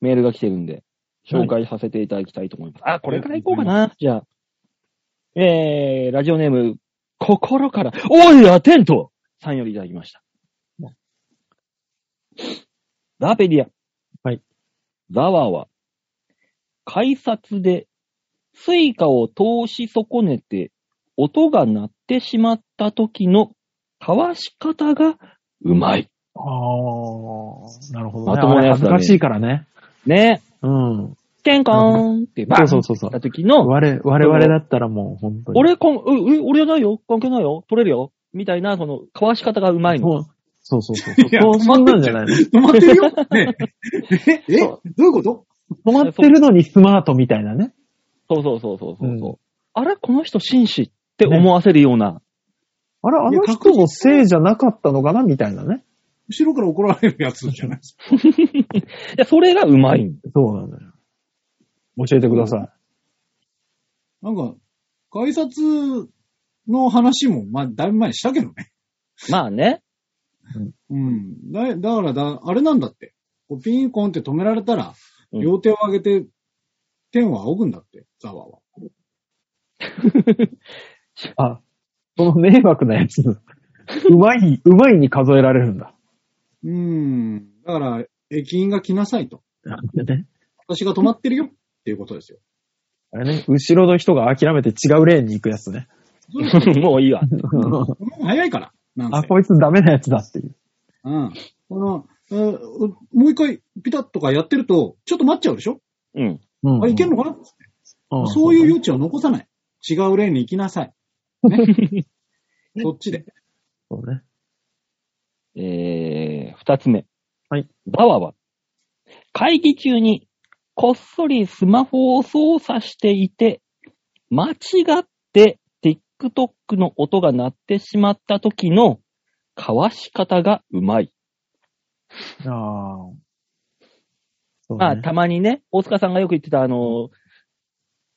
Speaker 2: メールが来てるんで、紹介させていただきたいと思います。あ、これからいこうかな。じゃあ、えー、ラジオネーム、心から、おい、アテントさんよりいただきました。ザーペディア。
Speaker 3: はい。
Speaker 2: ザワは、改札で、スイカを通し損ねて、音が鳴ってしまった時の、かわし方が、うまい。
Speaker 3: あー、なるほどね。
Speaker 2: まともなやつだね
Speaker 3: あれ恥ずかしいからね。
Speaker 2: ね。
Speaker 3: うん。
Speaker 2: ケンコーンって、バン
Speaker 3: そうそうそうそう
Speaker 2: やった時の、
Speaker 3: 我、我々だったらもう本当に。
Speaker 2: 俺こん、う、う、俺じゃないよ関係ないよ取れるよみたいな、その、かわし方がうまいの。
Speaker 3: もうそうそうそうそう。
Speaker 4: いや
Speaker 3: そうそんなん じゃないの。
Speaker 4: 止まってる よねえ、え、
Speaker 2: そ
Speaker 4: どういうこと
Speaker 3: 止まってるのにスマートみたいなね。
Speaker 2: そうそうそうそうそうそう、
Speaker 3: うん
Speaker 2: あれこの人紳士って思わせるような。
Speaker 3: あれ、あ
Speaker 4: いや
Speaker 3: の人のせいじゃなかったのかなみたいなね。
Speaker 4: 後ろから怒られるやつじゃないですか。
Speaker 2: いや、それがうまいんだよ
Speaker 3: そうなんだよ。教えてください。
Speaker 4: なんか、改札の話も、まあ、だいぶ前にしたけどね。
Speaker 2: まあ ね。
Speaker 4: うん。だ、だからだ、あれなんだって。こうピンコンって止められたら、
Speaker 2: うん
Speaker 4: 両手を上げて、天を仰ぐんだって、ザワは。
Speaker 3: あ、この迷惑なやつ。うまいに、うまいに数えられるんだ。
Speaker 4: うん。だから、駅員が来なさいと。
Speaker 3: ね。
Speaker 4: 私が止まってるよっていうことですよ。
Speaker 3: あれね、後ろの人が諦めて違うレーンに行くやつね。
Speaker 4: そうですよ
Speaker 2: もういい わ。
Speaker 4: この方が早いから。なん
Speaker 3: あ、
Speaker 4: せ
Speaker 3: こいつダメなやつだっていう。
Speaker 4: うん。この、うんもう一回、ピタッとかやってると、ちょっと待っちゃうでしょ
Speaker 2: うん。
Speaker 3: うん
Speaker 4: あ、いけるのかな、
Speaker 3: うん
Speaker 4: そういう余地を残さない。違う例に行きなさい。ね、そっちで。
Speaker 3: そうね。
Speaker 2: えー、二つ目。
Speaker 3: はい。
Speaker 2: バワは、会議中に、こっそりスマホを操作していて、間違って、TikTok の音が鳴ってしまった時の、かわし方がうまい。
Speaker 3: ああ。そう
Speaker 2: まあ、
Speaker 3: ね。
Speaker 2: たまにね、大塚さんがよく言ってた、あの、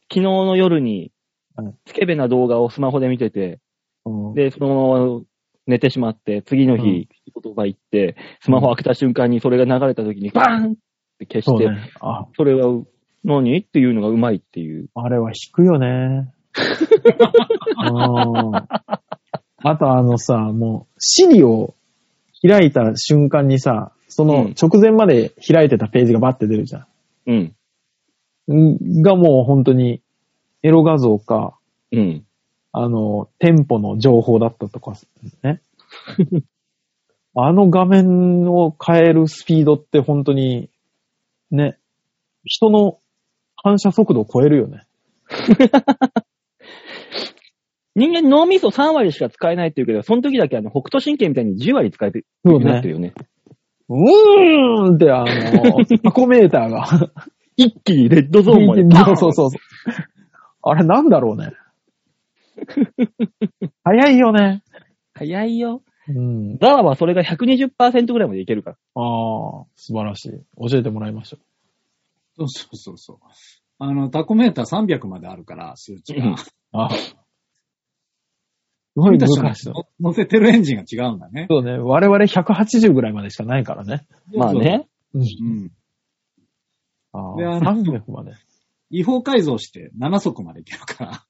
Speaker 2: 昨日の夜に
Speaker 3: うん、
Speaker 2: スケベな動画をスマホで見てて、
Speaker 3: うん
Speaker 2: で、そのまま寝てしまって、次の
Speaker 3: うん
Speaker 2: 日、仕事場行って、スマホ開けた瞬間にそれが流れた時に、バーンって消
Speaker 3: そ
Speaker 2: し
Speaker 3: う
Speaker 2: て、
Speaker 3: ね。あ、
Speaker 2: それは何っていうのがうまいっていう。
Speaker 3: あれは引くよね。うんあとあのさ、もう、シリを開いた瞬間にさ、その直前まで開いてたページがバッて出るじゃん。
Speaker 2: うん。
Speaker 3: んがもう本当に、エロ画像か、
Speaker 2: うん。
Speaker 3: あの、店舗の情報だったとか、 ね。あの画面を変えるスピードって本当に、ね、人の反射速度を超えるよね。
Speaker 2: 人間脳みそ3割しか使えないっていうけど、その時だけあの、北斗神経みたいに10割使えてる、
Speaker 3: そう
Speaker 2: なって
Speaker 3: ね。
Speaker 2: るよね。
Speaker 3: うーんってあ の、タコメーターが。
Speaker 2: 一気にレッドゾーンまで。
Speaker 3: そうそうそうそう。あれなんだろう ね。早いよね。
Speaker 2: 早いよ。
Speaker 3: うん。
Speaker 2: ザワはそれが120%ぐらいまでいけるから。
Speaker 3: ああ、素晴らしい。教えてもらいましょ
Speaker 4: そうそうそうそう。あの、タコメーター300まであるから、数値
Speaker 2: うん
Speaker 3: う。
Speaker 4: が。
Speaker 3: あすごい
Speaker 4: 見た人
Speaker 3: 難
Speaker 4: が
Speaker 3: しい。
Speaker 4: 乗せてるエンジンが違うんだね。
Speaker 3: そうね。我々180ぐらいまでしかないからね。
Speaker 2: まあね。
Speaker 3: うん。
Speaker 4: うん。
Speaker 3: あ
Speaker 4: で
Speaker 3: あ、
Speaker 4: あの
Speaker 3: 300まで。
Speaker 4: 違法改造して7速までいけるか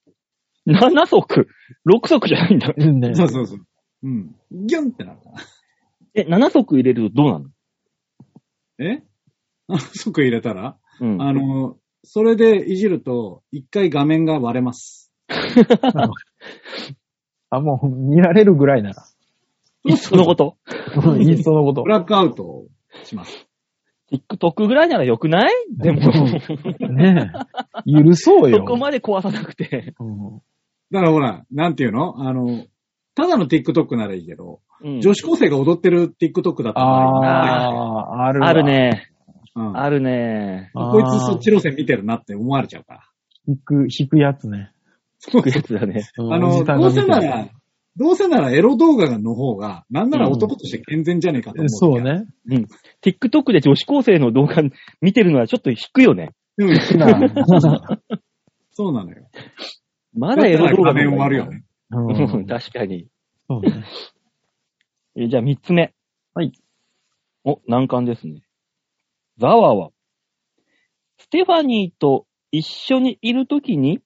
Speaker 2: 7足 ?6 足じゃないんだ。
Speaker 3: うんね
Speaker 4: ら。。そうそうそう。うん。ギュンってなるか
Speaker 2: え、7足入れるとどうなの
Speaker 4: ら。え ?7 速入れたら
Speaker 2: うん。
Speaker 4: あの、それでいじると、一回画面が割れます。
Speaker 3: あ、もう見られるぐらいなら。
Speaker 2: いっそのこと。
Speaker 3: うんいっそのこと
Speaker 4: ブ。ラックアウトをします。
Speaker 2: TikTok ぐらいなら良くないでも、
Speaker 3: ねえ。許そうよ。
Speaker 2: そこまで壊さなくて。
Speaker 3: うん
Speaker 4: だからほら、なんていうのあの、ただの TikTok ならいいけど、
Speaker 2: うん
Speaker 4: 女子高生が踊ってる TikTok だったら、
Speaker 3: ああ、あるわ
Speaker 2: ある。ね。
Speaker 4: うん。
Speaker 2: あるね。
Speaker 3: あー
Speaker 4: こいつそっち路線見てるなって思われちゃ うから。
Speaker 3: 引く、引くやつね。
Speaker 2: そういうやつだね。
Speaker 3: うん
Speaker 4: あ
Speaker 3: お
Speaker 4: の、
Speaker 3: じさん
Speaker 4: ど
Speaker 3: が見
Speaker 4: う
Speaker 3: て
Speaker 4: せ
Speaker 3: る
Speaker 4: なら、どうせならエロ動画の方が、なんなら男として健全じゃねえかと思う、
Speaker 3: そう。ね。
Speaker 2: TikTok で女子高生の動画見てるのはちょっと引くよね。
Speaker 4: うん、
Speaker 3: 好きな。
Speaker 4: そうなのよ。
Speaker 2: まだエロ動画
Speaker 4: 画面終わるよね。
Speaker 3: う
Speaker 2: うんん、確かに。
Speaker 3: そうね。
Speaker 2: えじゃあ三つ目。
Speaker 3: はい。
Speaker 2: お、難関ですね。ザワは、ステファニーと一緒にいるときに、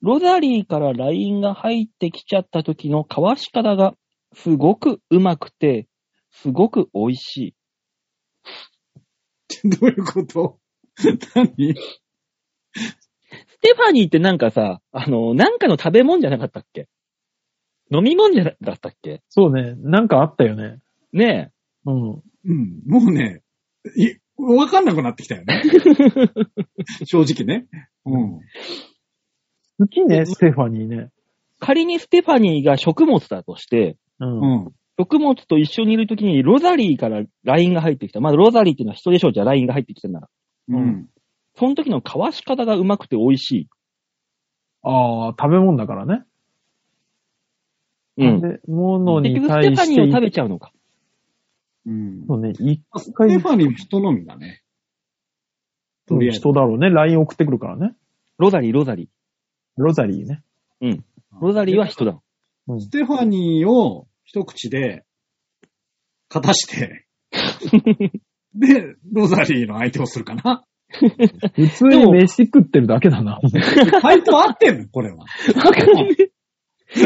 Speaker 2: ロザリーから LINE が入ってきちゃった時のかわし方が、すごくうまくて、すごく美味しい。
Speaker 4: どういうこと 何
Speaker 2: ステファニーってなんかさ、あの、なんかの食べ物じゃなかったっけ飲み物じゃなだったっけ
Speaker 3: そうね。なんかあったよね。
Speaker 2: ね
Speaker 3: うん。
Speaker 4: うん、もうね、い、わかんなくなってきたよね。正直ね。うん。
Speaker 3: 好きね、ステファニー
Speaker 2: え。
Speaker 3: ね。
Speaker 2: 仮にステファニーが食物だとして、
Speaker 3: うん。
Speaker 4: うん。
Speaker 2: 食物と一緒にいるときに、ロザリーから LINE が入ってきた。まあ、ロザリーっていうのは人でしょうじゃあ LINE が入ってきたなら。
Speaker 4: うん。
Speaker 2: その時のかわし方がうまくて美味しい。
Speaker 3: ああ、食べ物だからね。
Speaker 2: うん。
Speaker 3: で、物
Speaker 2: 結
Speaker 3: に
Speaker 2: 局、ステ
Speaker 3: 対
Speaker 2: ファ
Speaker 3: し
Speaker 2: ニーを食
Speaker 3: て、
Speaker 2: べちゃうのか。
Speaker 4: うん。
Speaker 3: そうね、一
Speaker 4: ステ
Speaker 3: 回
Speaker 4: ファニーも人のみだね。とりあえず
Speaker 3: 人だろうね。LINE 送ってくるからね。
Speaker 2: ロザリー、ロザリー。
Speaker 3: ロザリーね。
Speaker 2: ロザリーは人だ。
Speaker 3: うん
Speaker 4: ステファニーを一口で、勝たして、で、ロザリーの相手をするかな。
Speaker 3: 普通
Speaker 2: で
Speaker 3: に
Speaker 2: も
Speaker 3: 飯食ってるだけだな。
Speaker 4: 回答合ってんのこれは。
Speaker 2: わかんねえ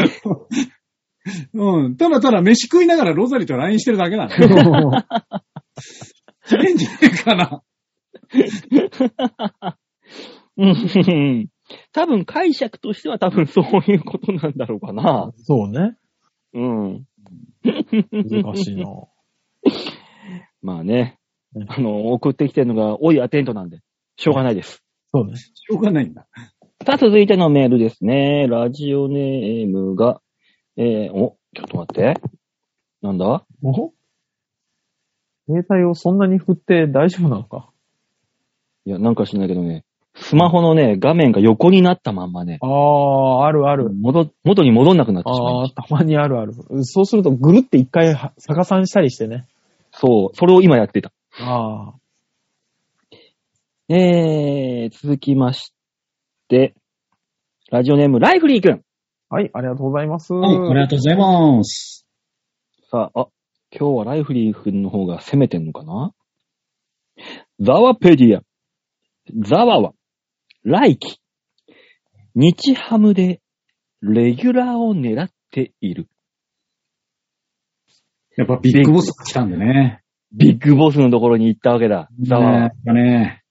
Speaker 4: うん。ただただ飯食いながらロザリーと LINE してるだけなの。 してんじゃねえかな。
Speaker 2: うん。多分、解釈としては多分そういうことなんだろうかな。
Speaker 3: そうね。
Speaker 2: うん。
Speaker 3: 難しいな。
Speaker 2: まあね
Speaker 3: ね。
Speaker 2: あの、送ってきてるのが、おいアテントなんで、しょうがないです。
Speaker 3: そうね。
Speaker 4: しょうがないんだ。
Speaker 2: さあ、続いてのメールですね。ラジオネームが、えー、お、ちょっと待って。なんだ
Speaker 3: お携帯をそんなに振って大丈夫なのか
Speaker 2: いや、なんか知んないけどね、スマホのね、画面が横になったまんまね、
Speaker 3: ああ、あるある。
Speaker 2: 戻、元に戻んなくなってしまい
Speaker 3: あ
Speaker 2: ま
Speaker 3: あ
Speaker 2: し
Speaker 3: ー、たまにあるある。そうするとぐるって一回は逆さんしたりしてね。
Speaker 2: た。そう、それを今やってた。
Speaker 3: ああ。
Speaker 2: えー、続きまして、ラジオネーム、ライフリーくん。
Speaker 3: はい、ありがとうございます。
Speaker 4: とうございます。
Speaker 2: さあ、あ、今日はライフリーくんの方が攻めてんのかなザワペディア。ザワは、来季。日ハムで、レギュラーを狙っている。
Speaker 4: やっぱビッグボスが来たんでね。
Speaker 2: ビッグボスのところに行ったわけだ。ザワは。
Speaker 4: ね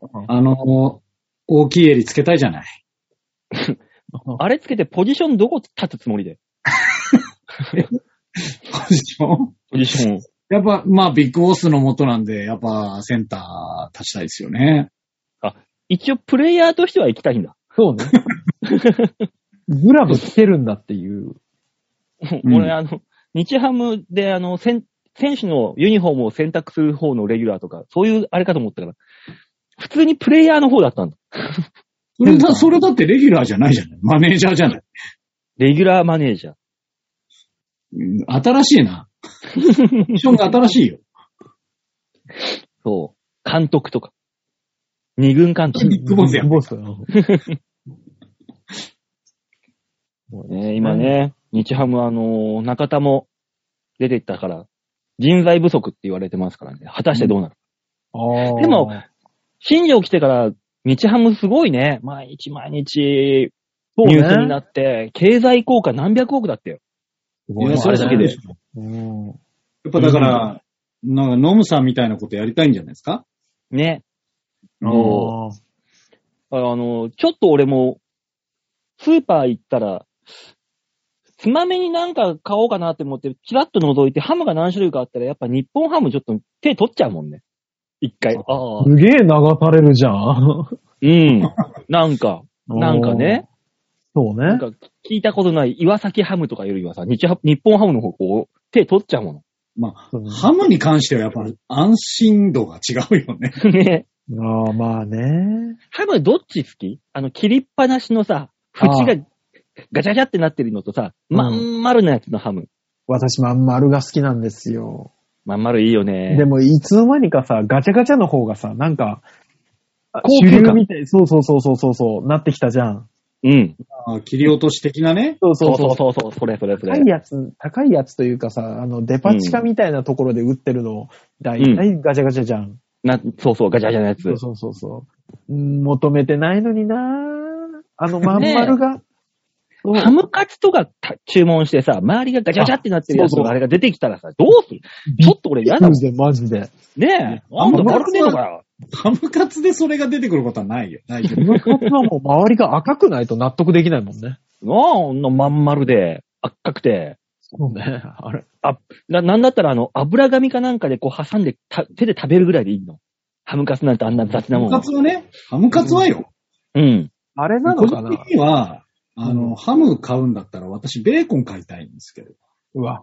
Speaker 4: やっぱね、あの、大きい襟つけたいじ ゃない。
Speaker 2: あれつけてポジションどこ立つつもりで
Speaker 4: ポジション
Speaker 2: ポジションを。
Speaker 4: やっぱ、まあ、ビッグボスのもとなんで、やっぱ、センター立ちたいですよね。
Speaker 2: 一応プレイヤーとしては行きたいんだ。
Speaker 3: そうね。グラブ着てるんだっていう。
Speaker 4: う ん
Speaker 2: 俺、あの、日ハムで、あの、選選手のユニフォームを選択する方のレギュラーとか、そういうあれかと思ったから、普通にプレイヤーの方だったんだ。
Speaker 4: それだ、それだってレギュラーじゃないじゃない。マネージャーじゃない。
Speaker 2: レギュラーマネージャー。
Speaker 4: うん新しい な。ポジションが新しいよ。
Speaker 2: そう。監督とか。二軍監督。
Speaker 4: ビッグボスや
Speaker 3: ビッグボス。う ん
Speaker 2: ね、今ね、日ハムはあの、中田も出てったから、人材不足って言われてますからね。果たしてどうなる、
Speaker 3: ああ。
Speaker 2: でも、新庄来てから、日ハムすごいね。毎日毎日、
Speaker 3: そう
Speaker 2: ニ
Speaker 3: ね
Speaker 2: ュースになって、経済効果何百億だってよ。
Speaker 3: す
Speaker 4: い
Speaker 3: ごい
Speaker 4: や、
Speaker 3: ね
Speaker 4: それだけで。や
Speaker 3: うん
Speaker 4: っぱだから、なんか、ノムさんみたいなことやりたいんじゃないですか
Speaker 2: ね。も
Speaker 3: ああ。
Speaker 2: う、あの、ちょっと俺も、スーパー行ったら、つまみになんか買おうかなって思って、チラッと覗いて、ハムが何種類かあったら、やっぱ日本ハムちょっと手取っちゃうもんね。一回。ああ。
Speaker 3: すげえ流されるじゃん。
Speaker 2: うん。なん か、なんかね。
Speaker 3: そう
Speaker 2: なん
Speaker 3: ね。
Speaker 2: か聞いたことない岩崎ハムとかよりはさ、日ハ日本ハムの方こう、手取っちゃうもの。
Speaker 4: まあ、
Speaker 3: そう
Speaker 4: ハムに関してはやっぱ安心度が違うよね。
Speaker 2: ね
Speaker 3: ああ、まあね。
Speaker 2: ハムどっち好きあの、切りっぱなしのさ、縁がガチャガチャってなってるのとさ、
Speaker 3: うん
Speaker 2: まん丸のやつのハム。
Speaker 3: 私もあん丸が好きなんですよ。
Speaker 2: まん丸いいよね。
Speaker 3: でも、いつの間にかさ、ガチャガチャの方がさ、なんか、
Speaker 2: 高級感
Speaker 3: みたい。そうそうそうそうそうそう、なってきたじゃん。
Speaker 2: うん。
Speaker 4: あー切り落とし的なね。
Speaker 3: そうそ
Speaker 2: そううそう
Speaker 3: そ
Speaker 2: う。そうそう、それそれそ
Speaker 3: 高
Speaker 2: れ
Speaker 3: い。やつ、高いやつというかさ、あの、デパ地下みたいなところで売ってるの、だいたいガチャガチャじゃん。
Speaker 2: な、そうそう、ガチャガチャのやつ
Speaker 3: そう。そうそうそう。うん求めてないのになあのまん丸が。そう
Speaker 2: ハムカツとかた注文してさ、周りがガチャガチャってなってるやつ
Speaker 3: あそう
Speaker 2: の
Speaker 3: そう
Speaker 2: あれが出てきたらさ、どうするちょっと俺嫌だもん。
Speaker 3: で、マジで。
Speaker 2: ねえ。なんだ、悪くねえのかよ。
Speaker 4: ハムカツでそれが出てくることはないよ。大丈
Speaker 3: こ
Speaker 4: 夫。
Speaker 3: のカツはもう周りが赤くないと納得できないもんね。
Speaker 2: なあ、あんなまん丸で、赤くて。
Speaker 3: そうね。あれ。
Speaker 2: な、なんだったらあの、油紙かなんかでこう挟んでた、手で食べるぐらいでいいの。ハムカツなんてあんな雑な
Speaker 4: ハ
Speaker 2: も
Speaker 4: ムカ
Speaker 2: ん。
Speaker 4: ツはね、ハムカツはよ。
Speaker 2: うん。
Speaker 3: あれな
Speaker 4: 個
Speaker 3: のかな
Speaker 4: 人的には、あ
Speaker 3: う
Speaker 4: の、
Speaker 3: ん
Speaker 4: ハム買うんだったら私ベーコン買いたいんですけど。
Speaker 3: うわ。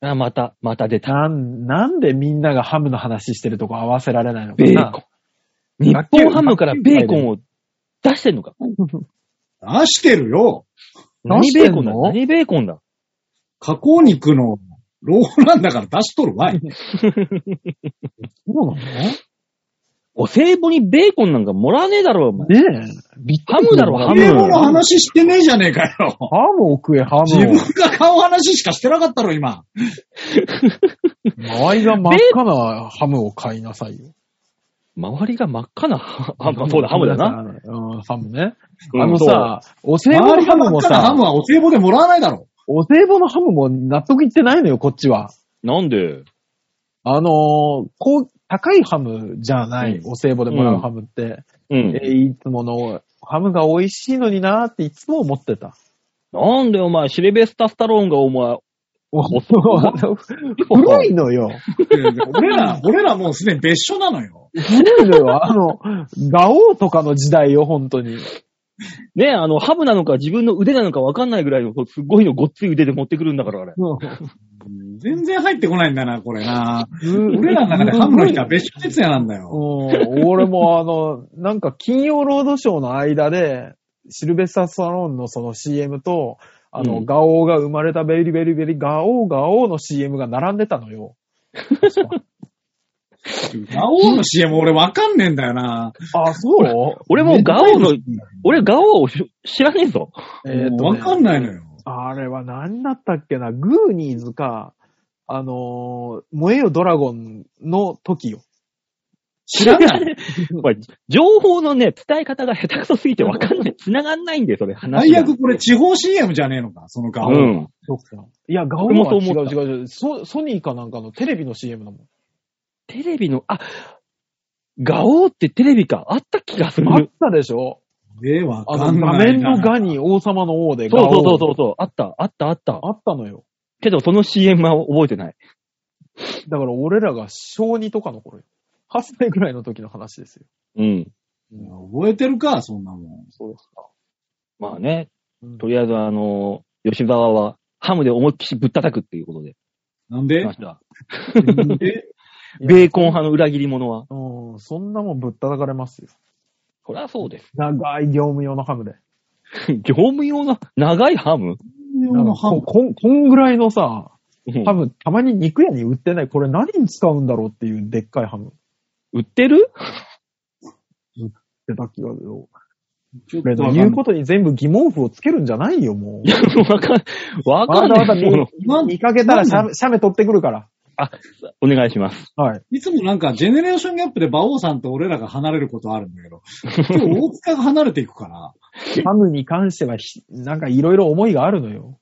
Speaker 2: あ、また、また出た。
Speaker 3: なん、なんでみんながハムの話してるとこ合わせられないのか
Speaker 2: ベ
Speaker 3: な
Speaker 2: ーコン。日本ハムからベーコンを出してんのか。
Speaker 4: 出してるよ
Speaker 3: 出
Speaker 2: 何
Speaker 3: して
Speaker 2: ベ
Speaker 3: ん
Speaker 2: ー
Speaker 3: の
Speaker 2: コンだ何ベーコンだ
Speaker 4: 加工肉のローランだから出しとるわい。
Speaker 3: そうなの
Speaker 2: お歳暮にベーコンなんかもらわねえだろ、お前。
Speaker 3: ねえ。びっくりす
Speaker 2: ハム
Speaker 3: る
Speaker 2: だろハム
Speaker 4: 英語の話してねえじゃねえかよ。
Speaker 3: ハムを食え、ハ
Speaker 4: 自
Speaker 3: ムを。
Speaker 4: 分が買う話しかしてなかったろ、今。
Speaker 3: 周りが真っ赤なハムを買いなさいよ。
Speaker 2: 周りが真っ赤なハム。あ、まあそうだ、ハムだな。。
Speaker 3: うん、ハムね。
Speaker 2: うん
Speaker 3: あの、さ、お歳暮
Speaker 4: 周
Speaker 3: の
Speaker 4: り
Speaker 3: ハ
Speaker 4: が
Speaker 3: ム
Speaker 4: 真っ
Speaker 3: も
Speaker 4: 赤なハ
Speaker 3: さ
Speaker 4: ム、はお歳暮でもらわないだろ。
Speaker 3: お歳暮のハムも納得いってないのよ、こっちは。
Speaker 2: そうなんで
Speaker 3: あのーこう、高いハムじゃない、
Speaker 2: うん
Speaker 3: お歳暮でもらうハムって。
Speaker 2: うん
Speaker 3: え。ーいつものハムが美味しいのになーっていつも思ってた。
Speaker 2: なんでお前、シルベスタ・スタローンがお前、
Speaker 3: 古いのよ。
Speaker 4: 俺ら、俺らもうすでに別所なのよ。
Speaker 3: 古いのよ。あの、ガオーとかの時代よ、本当に。
Speaker 2: ねえ、あの、ハムなのか自分の腕なのかわかんないぐらいの、すごいのごっつい腕で持ってくるんだから、あれ。
Speaker 4: 全然入ってこないんだな、これな。俺
Speaker 3: 俺
Speaker 4: らの中でハムの人は別所哲也なんだよ。
Speaker 3: うん、俺もあの、なんか金曜ロードショーの間で、シルベスター・スタローンのその CM と、あの、
Speaker 2: うん
Speaker 3: ガオーが生まれたベリベリベリ、ガオーガオーの CM が並んでたのよ。
Speaker 4: ガオーの CM 俺わかんねえんだよな。
Speaker 3: あ、そう
Speaker 2: 俺もうガオーの、俺ガオーをし知らねえぞ。
Speaker 3: えーっ
Speaker 4: もう
Speaker 3: と
Speaker 4: わ
Speaker 3: ね
Speaker 4: かんないのよ。
Speaker 3: あれは何だったっけな、グーニーズか、あのー燃えよドラゴンの時よ。
Speaker 4: 知らない。
Speaker 2: これ情報のね、伝え方が下手くそすぎてわかんない。繋がんないんだよ、それ。話
Speaker 4: 最
Speaker 2: が。
Speaker 4: 悪これ地方 CM じゃねえのか、そのガオー。
Speaker 2: うん。
Speaker 3: そっか。いや、ガオ
Speaker 2: 俺も
Speaker 3: は
Speaker 2: そう
Speaker 3: 違
Speaker 2: 思
Speaker 3: う
Speaker 2: った
Speaker 3: 違う違うソ。ソニーかなんかのテレビの CM だもん。
Speaker 2: テレビの、あ、ガオーってテレビか。あった気がす
Speaker 3: あっ
Speaker 2: る。
Speaker 3: たでしょ
Speaker 4: ええ、わ
Speaker 3: あの、
Speaker 4: かん
Speaker 3: 画
Speaker 4: ない
Speaker 3: 面
Speaker 4: な。
Speaker 3: のガに王様の王で
Speaker 2: そうそうそう
Speaker 3: う。
Speaker 2: そうそう。あった、あった、あった。
Speaker 3: あったのよ。
Speaker 2: けど、その CM は覚えてない。
Speaker 3: だから俺らが小2とかの頃よ。8歳ぐらいの時の話ですよ。
Speaker 2: うん。
Speaker 4: 覚えてるか、そんなもん。
Speaker 3: そうですか。
Speaker 2: まあね、とりあえず、あの、吉沢は、ハムで思いっきしぶったたくっていうことで。
Speaker 4: なんで
Speaker 2: ました
Speaker 4: え
Speaker 2: ベーコン派の裏切り者は。
Speaker 3: うん、そんなもんぶったたかれますよ。
Speaker 2: そりゃそうです。
Speaker 3: 長い業務用のハムで。
Speaker 2: 業務用の長いハム
Speaker 3: なんかここん、こんぐらいのさ、ハ
Speaker 2: ハム
Speaker 3: ム、たまに肉屋に売ってない。これ何に使うんだろうっていうでっかいハム。
Speaker 2: 売ってる
Speaker 3: 出た気がする。
Speaker 4: ちょっ
Speaker 3: 俺
Speaker 4: と
Speaker 3: の
Speaker 4: わかん
Speaker 3: 言う
Speaker 4: ない
Speaker 3: ことに全部疑問符をつけるんじゃないよ、もう
Speaker 2: い。や、わかん、わかん
Speaker 3: わか
Speaker 2: な
Speaker 3: っ
Speaker 2: い
Speaker 3: た
Speaker 2: もの。
Speaker 4: なん
Speaker 3: 見かけたらシャメ、シャメ取ってくるから。
Speaker 2: あ、お願いします。
Speaker 3: はい。
Speaker 4: いつもなんか、ジェネレーションギャップで馬王さんと俺らが離れることあるんだ けど、今日大塚が離れていくから、
Speaker 3: ハムに関してはひ、なんかいろいろ思いがあるのよ。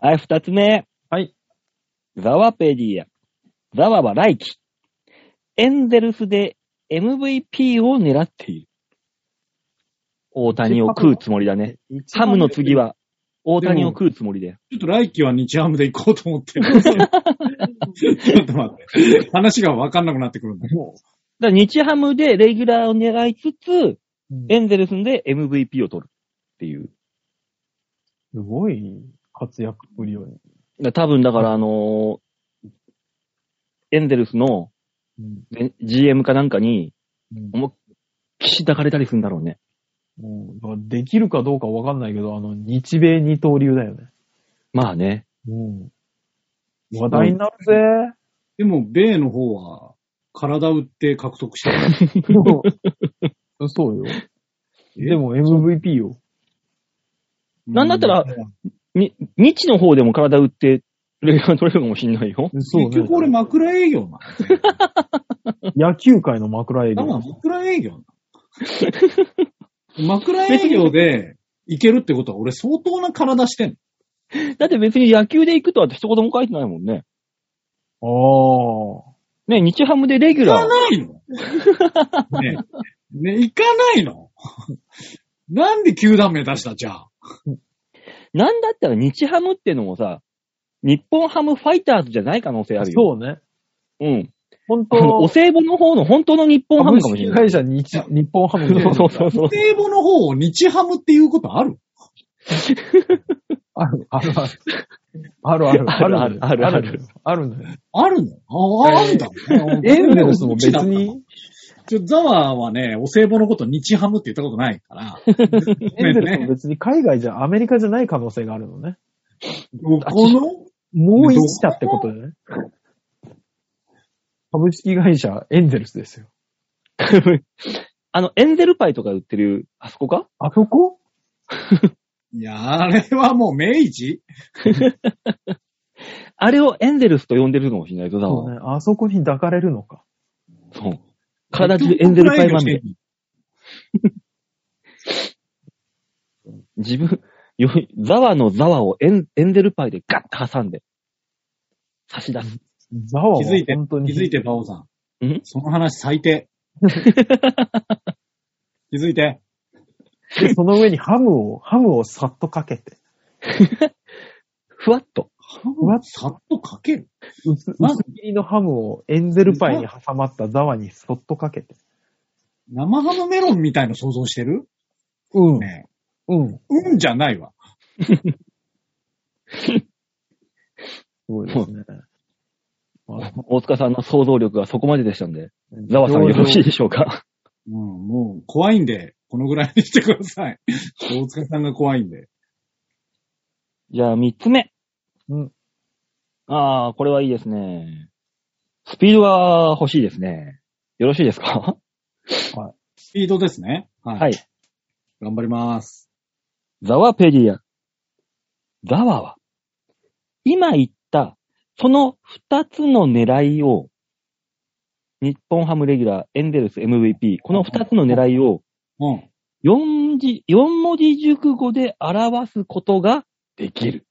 Speaker 2: はい、二つ目。
Speaker 3: はい。
Speaker 2: ザワペディア。ザワは来季。エンゼルスで MVP を狙っている。大谷を食うつもりだね。ハムの次は、大谷を食うつもりだよ。
Speaker 4: ちょっと来季は日ハムで行こうと思 ってる。ちょっと待って。話がわかんなくなってくるんだけど。
Speaker 3: も
Speaker 2: だから日ハムでレギュラーを狙いつつ、
Speaker 3: う、うん
Speaker 2: エンゼルスで MVP を取るっていう。
Speaker 3: すごい活躍ぶりを
Speaker 2: だ多分だからあのーエンゼルスの
Speaker 3: うん
Speaker 2: ね GM かなんかに、
Speaker 3: うん
Speaker 2: 思いっきし抱かれたりするんだろうね。
Speaker 3: もうだからできるかどうかわかんないけど、あの、日米二刀流だよね。
Speaker 2: まあね。
Speaker 3: うん。話題になるぜ。
Speaker 4: でも、米の方は、体打って獲得した。
Speaker 3: もうそうよ。でも MVP よ。
Speaker 2: なんだったら、に、未知の方でも体打って、レが取れるかもしんないよ。
Speaker 3: そう
Speaker 4: 結
Speaker 3: ね。
Speaker 4: 局俺枕営業な
Speaker 3: 野球界の枕営
Speaker 4: の。だ
Speaker 3: 業
Speaker 4: から。枕 営業なの。枕営業でいけるってことは俺相当な体してんの。
Speaker 2: だって別に野球で行くとは一言も書いてないもんね。
Speaker 3: ああ。
Speaker 2: ね、日ハムでレギュ
Speaker 4: 行
Speaker 2: ラ
Speaker 4: か
Speaker 2: ー。
Speaker 4: ない のねね、行かないのなんで球団名出したじゃあ。
Speaker 2: なんだったら日ハムってのもさ、日本ハムファイターズじゃない可能性あるよ。
Speaker 3: そうね。
Speaker 2: う。うん。
Speaker 3: 本
Speaker 2: あの
Speaker 3: 当
Speaker 2: お歳暮の方の本当の日本ハムかもしれない。
Speaker 3: 株式会社日日本ハム
Speaker 2: そ
Speaker 3: で
Speaker 2: うそうそうそう。
Speaker 4: 英語の方を日ハムっていうことある
Speaker 3: ある、ある、ある。ある、ある、
Speaker 2: あるあるある
Speaker 3: あるんだよ。
Speaker 4: あるのああ、あるんだ。
Speaker 3: エンゼルスも別に、
Speaker 4: ちょ、ザワーはね、お歳暮のこと日ハムって言ったことないから。
Speaker 3: エンゼルスも別に海外じゃ、アメリカじゃない可能性があるのね。
Speaker 4: どこの
Speaker 3: もう一社ってことだね。株式会社エンゼルスですよ。
Speaker 2: あの、エンゼルパイとか売ってる、あそこか
Speaker 3: あそこ
Speaker 4: いや、あれはもう明治
Speaker 2: あれをエンゼルスと呼んでるのかもしれないぞ、だ
Speaker 3: そう
Speaker 2: わ。
Speaker 3: ね。あそこに抱かれるのか。
Speaker 2: そう。体中エンゼルパイまみれ。自分、よザワのザワをエンエンゼルパイでガッと挟んで、差し出す。
Speaker 3: ザワは
Speaker 4: 気づいて
Speaker 3: 本当に。
Speaker 4: 気づいて、バオさん。
Speaker 2: ん
Speaker 4: その話最低。気づいて。
Speaker 3: でその上にハムを、ハムをさっとかけて。
Speaker 2: ふわっと。
Speaker 3: わ
Speaker 4: さっとかける。
Speaker 3: 薄薄切りのハムをエンゼルパイに挟まったザワにそっとかけて。
Speaker 4: 生ハムメロンみたいの想像してる
Speaker 3: うん。
Speaker 4: ね
Speaker 3: うん。
Speaker 4: うんじゃないわ。
Speaker 3: すごいですね。まあ
Speaker 2: 大塚さんの想像力がそこまででしたんで、 ザワさんよろしいでしょうか
Speaker 4: うん、もう怖いんで、このぐらいにしてください。大塚さんが怖いんで。
Speaker 2: じゃあ、三つ目。
Speaker 3: うん。
Speaker 2: ああ、これはいいですね。スピードが欲しいですね。よろしいですか
Speaker 4: スピードですね。はい。
Speaker 2: はい。
Speaker 4: 頑張ります。
Speaker 2: ザワペディア。ザワは、今言った、その二つの狙いを、日本ハムレギュラー、エンゼルス MVP、この二つの狙いを
Speaker 4: うん。
Speaker 2: 四字、四文字熟語で表すことができる。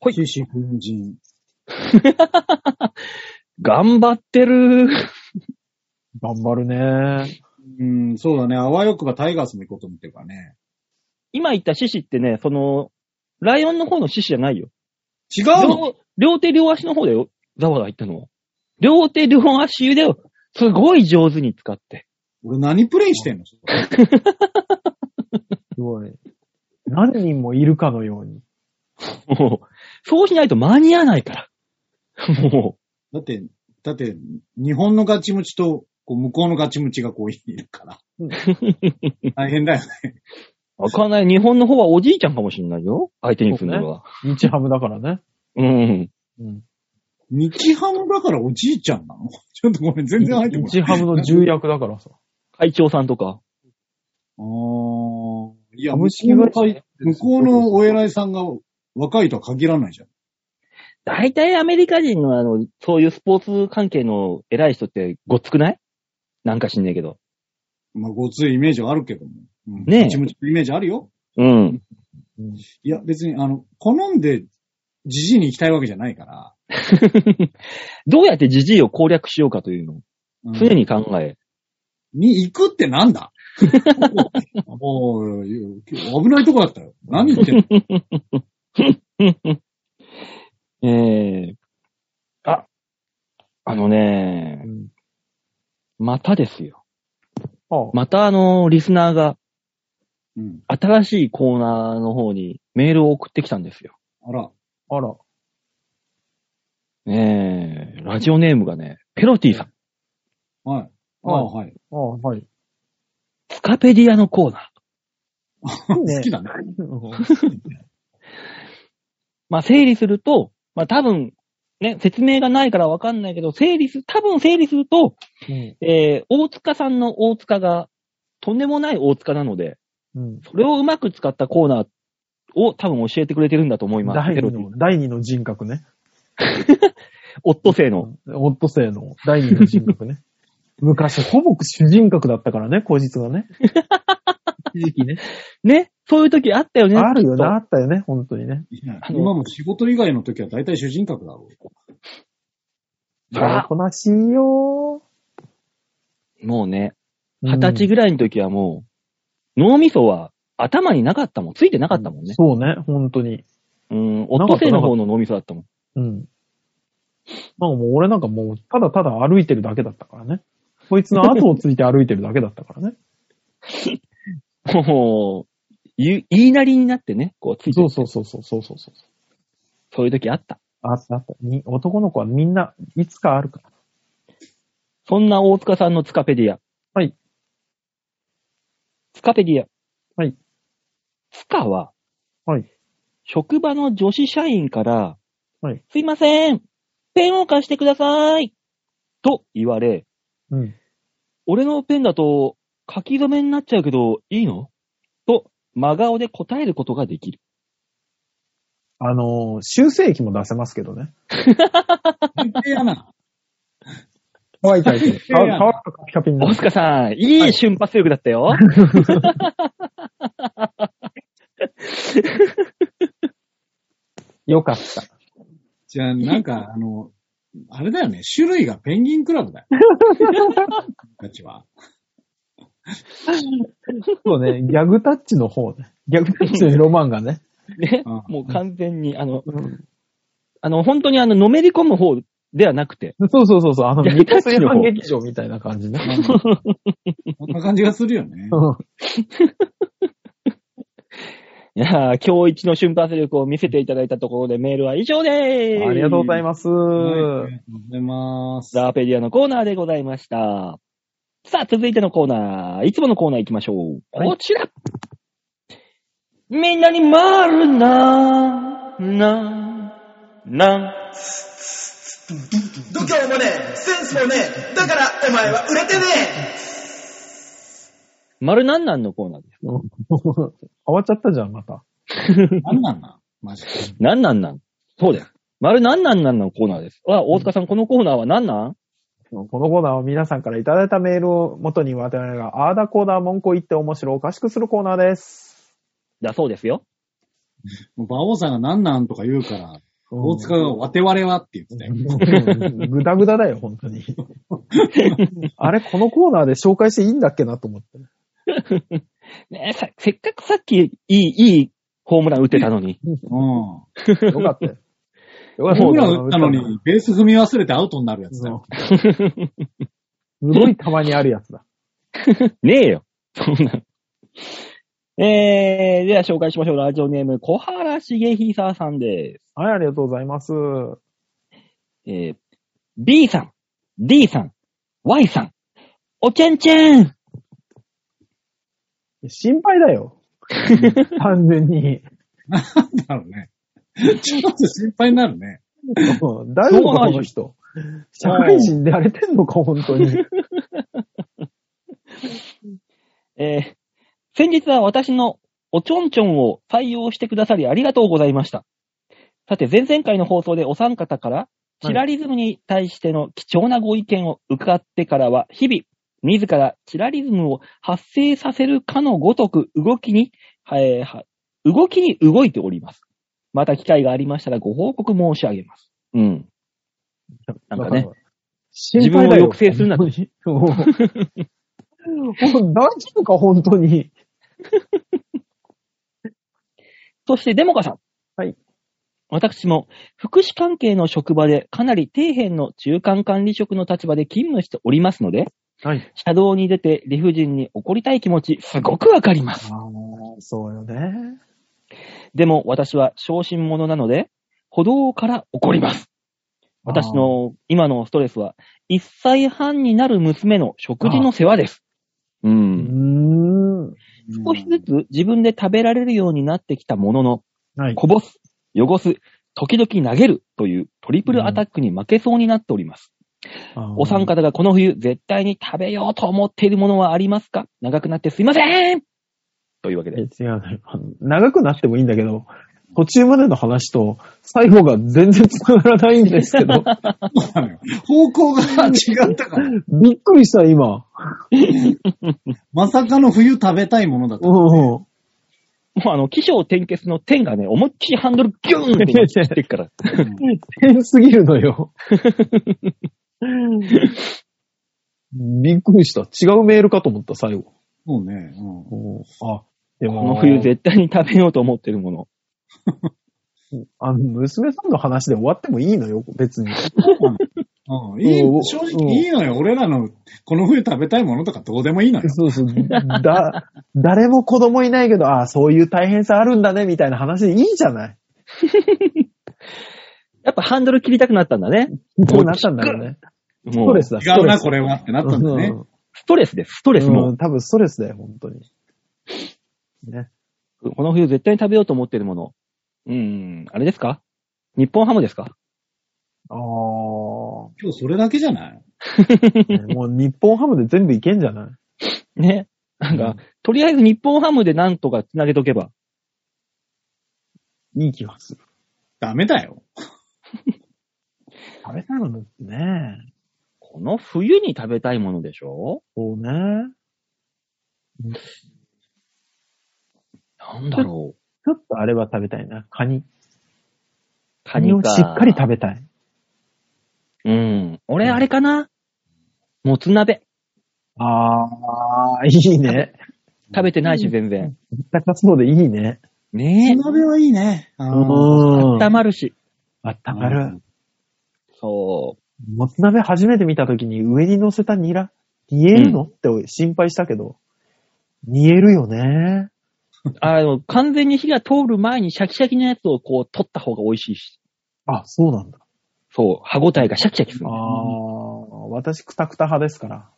Speaker 4: ほい。九州軍人。
Speaker 2: 頑張ってる。
Speaker 3: 頑張るね。
Speaker 4: うん、そうだね。あわよくばタイガースも行こうと思ってるからね。
Speaker 2: 今言った獅子ってね、その、ライオンの方の獅子じゃないよ。
Speaker 4: 違うの
Speaker 2: 両両手両足の方だよ。ザワが言ったのは。両手両足で、すごい上手に使って。
Speaker 4: 俺何プレイしてんの
Speaker 3: すごい。何人もいるかのように。
Speaker 2: もう、そうしないと間に合わないから。も
Speaker 4: だって、だって、日本のガチムチと、こう、向こうのガチムチがこう、いるから。大変だよね。
Speaker 2: う、わかんない。日本の方はおじいちゃんかもしんないよ。相手にするのは。
Speaker 3: 日ハムだからね。
Speaker 2: うん。
Speaker 3: うん。
Speaker 4: 日ハムだからおじいちゃんなのちょっとごめん、全然入ってこない。
Speaker 3: 日ハムの重役だからさ。
Speaker 2: 会長さんとか。
Speaker 4: あーいや、
Speaker 3: 株
Speaker 4: 向
Speaker 3: 式会社
Speaker 4: こうの向こうのお偉いさんが若いとは限らないじゃん。
Speaker 2: 大体アメリカ人のあの、そういうスポーツ関係の偉い人ってごっつくないなんか知んねえけど。
Speaker 4: まあ、ごついイメージはあるけども。うん
Speaker 2: ねえ
Speaker 4: ガチムチのイメージあるよ。
Speaker 2: うん。
Speaker 4: いや、別に、あの、好んで、じじいに行きたいわけじゃないから。
Speaker 2: どうやってジジイを攻略しようかというのを
Speaker 4: うん
Speaker 2: 常に考え。
Speaker 4: に行くってなん だもう、危ないとこだったよ。何言ってんの
Speaker 2: えー、あ、あのね
Speaker 3: う、ん。
Speaker 2: またですよ。
Speaker 3: ああ。
Speaker 2: またあの、リスナーが、
Speaker 4: うん。
Speaker 2: 新しいコーナーの方にメールを送ってきたんですよ。
Speaker 4: あら。
Speaker 3: あら。
Speaker 2: ねえ、ラジオネームがね、ペロティさん。
Speaker 4: はい。ああ、はい。
Speaker 3: ああ、はい。
Speaker 2: スカペディアのコーナー。
Speaker 3: ね
Speaker 4: 好きだね。
Speaker 2: まあ、整理すると、まあ、多分、ね、説明がないからわかんないけど、整理す、多分整理すると、
Speaker 3: うん
Speaker 2: えー、大塚さんの大塚が、とんでもない大塚なので、
Speaker 3: うん
Speaker 2: それをうまく使ったコーナーを多分教えてくれてるんだと思います。
Speaker 3: 第
Speaker 2: ペロ
Speaker 3: 二
Speaker 2: ティ
Speaker 3: の、第二の人格ね。
Speaker 2: オットセイの。
Speaker 3: オットセイの第二の人格ね。 昔、ほぼ主人格だったからね、口実がね。一時期ね。
Speaker 2: ね、そういう時あったよね。
Speaker 3: あるよね、
Speaker 2: き
Speaker 3: あ
Speaker 2: っ
Speaker 3: ったよね、本当にね。
Speaker 4: いや
Speaker 2: あの
Speaker 4: 今も仕事以外の時は大体主人格だろ う。
Speaker 3: やこなしいよ
Speaker 2: と。もうね、
Speaker 3: ー。
Speaker 2: 二十歳ぐらいの時はもう、脳みそは頭になかったもん。ついてなかったもんね。
Speaker 3: そうね、本当に。
Speaker 2: うん、オットセイの方の脳みそだったもん。
Speaker 3: うん。まあもう俺なんかもう、ただただ歩いてるだけだったからね。こいつの後をついて歩いてるだけだった からね。
Speaker 2: もう、言う言いなりになってね、こうついて
Speaker 3: そう
Speaker 2: る、
Speaker 3: そうそうそうそうそうそう。
Speaker 2: そういう時あった。
Speaker 3: あったあった。に男の子はみんないつかあるから。
Speaker 2: そんな大塚さんのツカペディア。
Speaker 3: はい。
Speaker 2: ツカペディア。
Speaker 3: はい。
Speaker 2: ツカは、
Speaker 3: はい。
Speaker 2: 職場の女子社員から、
Speaker 3: はい。
Speaker 2: すいません、ペンを貸してください。と言われ、
Speaker 3: うん。
Speaker 2: 俺のペンだと書き留めになっちゃうけど、いいのと、真顔で答えることができる。
Speaker 3: あのー修正機も出せますけどね。
Speaker 4: 最低やな。
Speaker 3: 乾いたり
Speaker 4: いやいや
Speaker 3: 乾くとカピカピにな
Speaker 2: 大
Speaker 3: る。
Speaker 2: 塚さん、いい瞬発力だったよ。
Speaker 3: よかった。
Speaker 4: じゃあ、なんか、あの、あれだよね。種類がペンギンクラブだよ。たちは。
Speaker 3: そうね、ギャグタッチの方ね。ギャグタッチのロマンがね。
Speaker 2: ね、
Speaker 4: うん
Speaker 2: もう完全に、あの、あの、本当にあの、のめり込む方ではなくて、
Speaker 3: そうそうそうそう、あの、
Speaker 2: ギャ
Speaker 3: 二
Speaker 2: グタ
Speaker 3: 個
Speaker 2: ッチ
Speaker 3: 炊
Speaker 2: の方
Speaker 3: 飯劇場みたいな感じね。
Speaker 4: こんな感じがするよね。
Speaker 3: うん
Speaker 2: いやー今日一の瞬発力を見せていただいたところでメールは以上でーす。
Speaker 3: ありがとうございます。
Speaker 4: は いありがと うございます。
Speaker 2: ザーペディアのコーナーでございました。さあ、続いてのコーナー、いつものコーナー行きましょう。
Speaker 3: はい
Speaker 2: こちら、みんなに回るなー、なー、な
Speaker 1: 度胸もねえセンスもねえだからお前は売れてね
Speaker 2: ー、まるなんなんのコーナーです。
Speaker 3: うん変わっちゃったじゃん、また。
Speaker 4: なんなんなんマジで。
Speaker 2: なんなんなんそうです。まるなんなんなんのコーナーです。わ、大塚さん、このコーナーはなんなん
Speaker 3: このコーナーは皆さんからいただいたメールを元に我々が、あーだコーナー文句を言って面白おかしくするコーナーです。
Speaker 2: だそうですよ。
Speaker 4: もう馬王さんがなんなんとか言うから、大塚がわてわれはって言ってたよ。
Speaker 3: うんぐだぐだだよ、本当 に。あれ、このコーナーで紹介していいんだっけなと思って。
Speaker 2: ねえさせっかくさっきいい、いいホームラン打ってたのに。
Speaker 4: うん。
Speaker 3: よかったよ。よか
Speaker 4: ホームラン
Speaker 3: ホー
Speaker 4: 打
Speaker 3: ム
Speaker 4: ったのに、ベース踏み忘れてアウトになるやつだよ。
Speaker 3: うんすごいたまにあるやつだ。
Speaker 2: ねえよ。そんな。えー、では紹介しましょう。ラジオネーム、小原茂久さんで
Speaker 3: はい、ありがとうございます。
Speaker 2: す。えー、B さん、D さん、Y さん、おちゃんちゃん。
Speaker 3: 心配だ よ。完全に。
Speaker 4: なんだろうね。ちょっと心配になるね。
Speaker 3: うん大丈夫か、この人。社会人でやれてんのか、本当に。
Speaker 2: えー、先日は私のおちょんちょんを採用してくださりありがとうございました。さて、前々回の放送でお三方から、
Speaker 3: い
Speaker 2: チラリズムに対しての貴重なご意見を伺ってからは、日々、自らチラリズムを発生させるかのごとく動きに、えーは動きに動いております。また機会がありましたらご報告申し上げます。うん。なんかね。
Speaker 3: 心配だ
Speaker 2: 自分
Speaker 3: よ。
Speaker 2: を抑制するなと
Speaker 3: うん。も う大丈夫か、本当に。
Speaker 2: そして、デモカさん。
Speaker 3: はい。
Speaker 2: 私も、福祉関係の職場で、かなり底辺の中間管理職の立場で勤務しておりますので、
Speaker 3: はい。
Speaker 2: 車道に出て理不尽に怒りたい気持ち、すごくわかります。
Speaker 4: あの
Speaker 3: そうよね。
Speaker 2: でも私は小心者なので、歩道から怒ります。私の今のストレスは、1歳半になる娘の食事の世話です。う。
Speaker 3: あー。うんーん。
Speaker 2: 少しずつ自分で食べられるようになってきたものの、
Speaker 3: はい。
Speaker 2: こぼす、汚す、時々投げるというトリプルアタックに負けそうになっております。お三
Speaker 3: 家
Speaker 2: 方がこの冬絶対に食べようと思っているものはありますか長くなってすいませんというわけで。
Speaker 3: 違うね。あの長くなってもいいんだけど、途中までの話と最後が全然繋がらないんです けど、
Speaker 4: そうなのよ方向が違ったから。
Speaker 3: びっくりした、今。
Speaker 4: まさかの冬食べたいものだと。
Speaker 3: うんうん。
Speaker 2: もうあの、気象転結の天がね、思いっきりハンドルギューンって今切ってっ から。
Speaker 3: 変すぎる のよ。びっくりした。違うメールかと思った、最後。
Speaker 4: そうね。うん
Speaker 3: おあ、で
Speaker 2: こ
Speaker 3: も、
Speaker 2: の冬絶対に食べようと思ってるもの。
Speaker 3: あの、娘さんの話で終わってもいいのよ、別 に。
Speaker 4: うん、いい
Speaker 3: うん
Speaker 4: 正直いいのよ。俺らのこの冬食べたいものとかどうでもいいのよ。
Speaker 3: そうそう。だ、誰も子供いないけど、ああ、そういう大変さあるんだね、みたいな話でいいじゃない。
Speaker 2: やっぱハンドル切りたくなったんだね。
Speaker 3: こうなったんだよね。ス
Speaker 2: も
Speaker 3: ト
Speaker 2: う
Speaker 3: レ、スだ、ス
Speaker 4: 違
Speaker 3: ト
Speaker 4: う
Speaker 3: レ
Speaker 4: な、
Speaker 3: ス。
Speaker 4: これはってなったんだね。
Speaker 2: ストレスです、ストレス
Speaker 3: うん、
Speaker 2: も
Speaker 3: う
Speaker 2: う。
Speaker 3: ん多分ストレスだよ、本当に。ね。
Speaker 2: この冬絶対に食べようと思ってるもの。うーん、あれですか日本ハムですか
Speaker 3: ああ、
Speaker 4: 今日それだけじゃない
Speaker 3: ねもう日本ハムで全部いけんじゃない
Speaker 2: ね。なんか、
Speaker 3: うん
Speaker 2: とりあえず日本ハムでなんとか繋げとけば。
Speaker 3: いい気がする。
Speaker 4: ダメだよ。
Speaker 3: 食べたいものってね。
Speaker 2: この冬に食べたいものでしょ
Speaker 3: そうね。
Speaker 2: なんだろう。
Speaker 3: ちょっとあれは食べたいな。カニ。
Speaker 2: カニ
Speaker 3: を
Speaker 2: か。
Speaker 3: しっかり食べたい。
Speaker 2: うん。俺、あれかな、もつ鍋。
Speaker 3: ああ、いいね。
Speaker 2: 食べてないし、全然。
Speaker 3: 高そうでいいね。
Speaker 2: ねえ。
Speaker 4: 鍋はいいね。あー
Speaker 3: うん。
Speaker 2: 温まるし。
Speaker 3: あったまる。
Speaker 2: そ
Speaker 3: もつ鍋初めて見たときに上に乗せたニラ、煮えるの、って心配したけど、煮えるよね。
Speaker 2: う。あの、完全に火が通る前にシャキシャキのやつをこう取った方が美味しいし。
Speaker 3: あ、そうなんだ。
Speaker 2: そう。歯応えがシャキシャキする
Speaker 3: あ
Speaker 2: ね。
Speaker 3: あ、私クタクタ派ですから。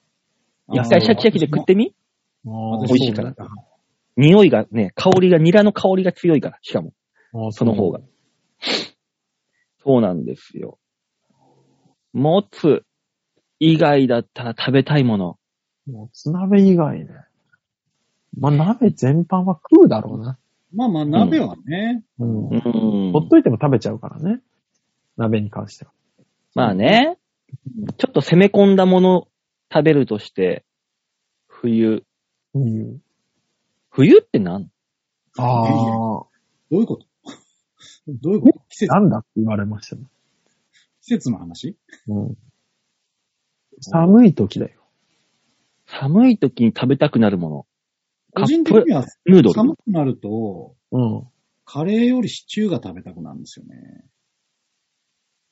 Speaker 4: あー
Speaker 2: 一回シャキシャキで食ってみ
Speaker 3: 美
Speaker 2: 美味しいから。匂いがね、香りが、ニラの香りが強いから、しかも。その方が。そうなんですよ。もつ以外だったら食べたいもの。
Speaker 3: もつ鍋以外ね。まあ、鍋全般は食うだろうな。
Speaker 4: まあまあ、鍋はね。
Speaker 3: うん。
Speaker 2: う
Speaker 3: ほっ
Speaker 2: ん。
Speaker 3: といても食べちゃうからね。鍋に関しては。
Speaker 2: まあね。ちょっと攻め込んだもの食べるとして、冬。
Speaker 3: そういう。
Speaker 2: 冬って何
Speaker 3: ああ、
Speaker 4: どういうこと どういうこと季節、
Speaker 3: なんだって言われましたね。
Speaker 4: 季節の話
Speaker 3: うん。寒い時だよ。
Speaker 2: 寒い時に食べたくなるもの。カッ
Speaker 4: 個人的
Speaker 2: プ
Speaker 4: には
Speaker 2: ヌードル
Speaker 4: 寒。くなると、
Speaker 3: うん。
Speaker 4: カレーよりシチューが食べたくなるんですよね。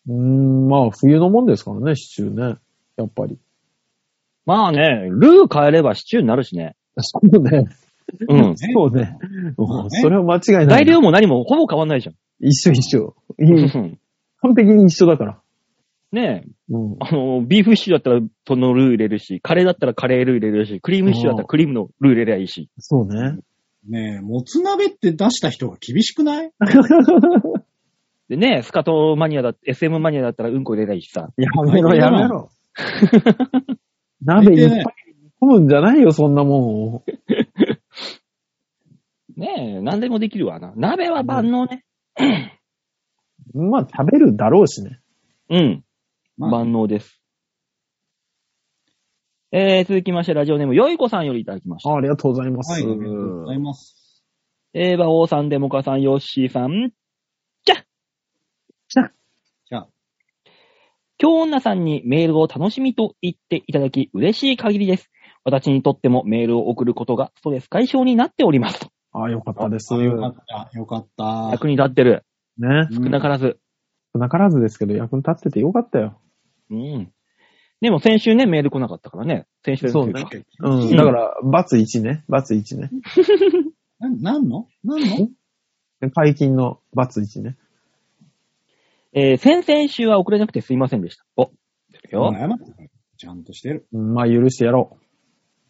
Speaker 3: うーん、まあ、冬のもんですからね、シチューね。やっぱり。
Speaker 2: まあね、ルー変えればシチューになるしね。
Speaker 3: そうね。
Speaker 2: うん。
Speaker 3: そうね。
Speaker 4: まあね
Speaker 3: それは間違いない。
Speaker 2: 材料も何もほぼ変わんないじゃん。
Speaker 3: 一緒一緒。
Speaker 2: う
Speaker 3: いい
Speaker 2: ん
Speaker 3: 完璧に一緒だから。
Speaker 2: ねえ、
Speaker 3: うん。
Speaker 2: あの、ビーフシチューだったらそのルー入れるし、カレーだったらカレールー入れるし、クリームシチューだったらクリームのルー入れりゃいいし。
Speaker 3: そうね。
Speaker 4: ねえ、もつ鍋って出した人が厳しくない
Speaker 2: でね、スカトマニアだ、SM マニアだったらうんこ入れりゃいいしさ。
Speaker 3: やめろ、やめろ。 鍋いっぱい込むんじゃないよ、そんなもんを。
Speaker 2: ねえ、何でもできるわな。鍋は万能ね。
Speaker 3: まあ、食べるだろうしね。
Speaker 2: うん。
Speaker 4: まあ
Speaker 2: 万能です。えー、続きまして、ラジオネーム、よいこさんよりいただきました。
Speaker 3: ありがとうございます。
Speaker 4: はい、ありがとうございます。
Speaker 2: えー、馬王さん、デモカさん、ヨッシーさん、
Speaker 4: じゃあ、
Speaker 2: 京女さんにメールを楽しみと言っていただき、嬉しい限りです。私にとってもメールを送ることがストレス解消になっております。
Speaker 3: ああ、よかったです。
Speaker 4: あ
Speaker 3: ね
Speaker 4: よか。った、よかった。
Speaker 2: 役に立ってる。
Speaker 3: 少
Speaker 2: 少なからず。
Speaker 3: なからずですけど、役に立っててよかったよ。
Speaker 2: うん。でも先週ね、メール来なかったからね。先週
Speaker 3: そう
Speaker 4: なん
Speaker 3: ね
Speaker 4: か
Speaker 3: う。
Speaker 4: うん
Speaker 3: だから、バツ1ね。バツ1ね。
Speaker 4: な、なんのなんの
Speaker 3: 解禁のバツイチね。
Speaker 2: えー先々週は遅れなくてすいませんでした。お、ですよ。
Speaker 4: 謝ってないちゃんとしてる。
Speaker 3: うんまあ許してやろ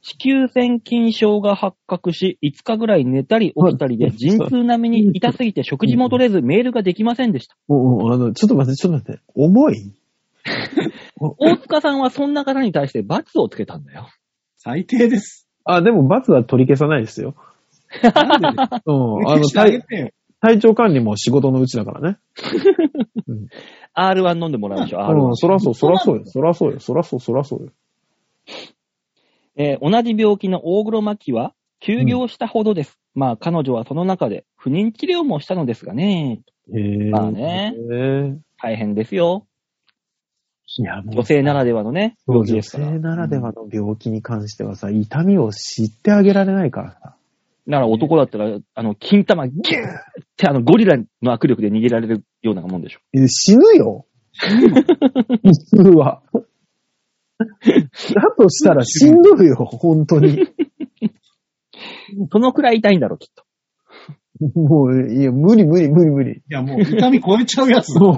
Speaker 2: 子宮腺筋症が発覚し、5日ぐらい寝たり起きたりで
Speaker 3: うん
Speaker 2: 陣痛並みに痛すぎて食事も取れずメールができませんでした。
Speaker 3: う。おうおうあの、ちょっと待って、ちょっと待って。重い
Speaker 2: 大塚さんはそんな方に対して罰をつけたんだ よ。
Speaker 4: 最低です。
Speaker 3: あ、でも罰は取り消さないです よ。
Speaker 4: なんでだよ
Speaker 3: うん。あ
Speaker 4: 許
Speaker 3: の、
Speaker 4: してあげ
Speaker 3: 体
Speaker 4: てよ。
Speaker 3: 体調管理も仕事のうちだからね。
Speaker 2: R1 飲んでもら うでしょ、
Speaker 3: う
Speaker 2: R1
Speaker 3: ん、。そらそう、そらそうよ。そらそうよ、そらそう、そらそうよ。
Speaker 2: えー同じ病気の大黒摩季は休業したほどです。まあ彼女はその中で不妊治療もしたのですがね、
Speaker 3: へえ。
Speaker 2: まあね
Speaker 3: へー
Speaker 2: 大変ですよ。
Speaker 3: いや、もう
Speaker 2: 女性ならではのね、
Speaker 3: そう
Speaker 2: 病気で
Speaker 3: 女
Speaker 2: すから。
Speaker 3: 性ならではの病気に関してはさ、痛みを知ってあげられないからさ。
Speaker 2: なら男だったら、あの、金玉ギューってあのゴリラの握力で握られるようなもんでしょ。
Speaker 3: え死ぬよ。死ぬわ。だとしたら死んどるよ、本当に。
Speaker 2: そのくらい痛いんだろう、きっと。
Speaker 3: もう、いや、無理無理無理無理。
Speaker 4: いや、もう痛み超えちゃ うやつだ。
Speaker 3: も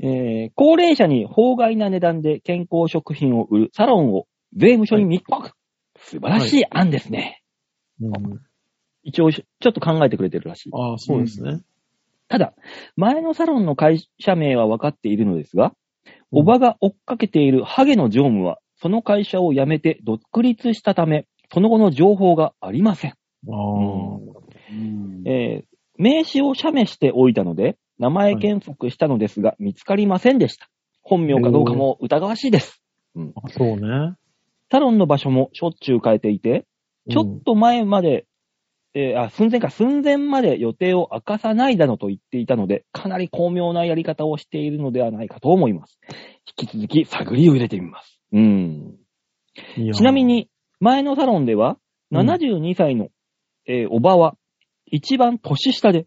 Speaker 2: えー高齢者に法外な値段で健康食品を売るサロンを税務署に密告、素晴らしい案ですね。
Speaker 3: う
Speaker 2: 一応、ちょっと考えてくれてるらしい。
Speaker 3: ああ、そうですね。
Speaker 2: ただ、前のサロンの会社名は分かっているのですが、おばが追っかけているハゲの常務は、その会社を辞めて独立したため、その後の情報がありません。
Speaker 3: ああ、
Speaker 4: うん
Speaker 2: えー名刺を写メしておいたので、名前検索したのですが、見つかりませんでした。本名かどうかも疑わしいです。
Speaker 3: そうね。
Speaker 2: サロンの場所もしょっちゅう変えていて、ちょっと前まで、えーあ、寸前か、寸前まで予定を明かさないだのと言っていたので、かなり巧妙なやり方をしているのではないかと思います。引き続き探りを入れてみます。うん。
Speaker 3: うん、いや
Speaker 2: ちなみ、に、前のサロンでは、
Speaker 3: うん
Speaker 2: 72歳の、えーおばは、一番年下で、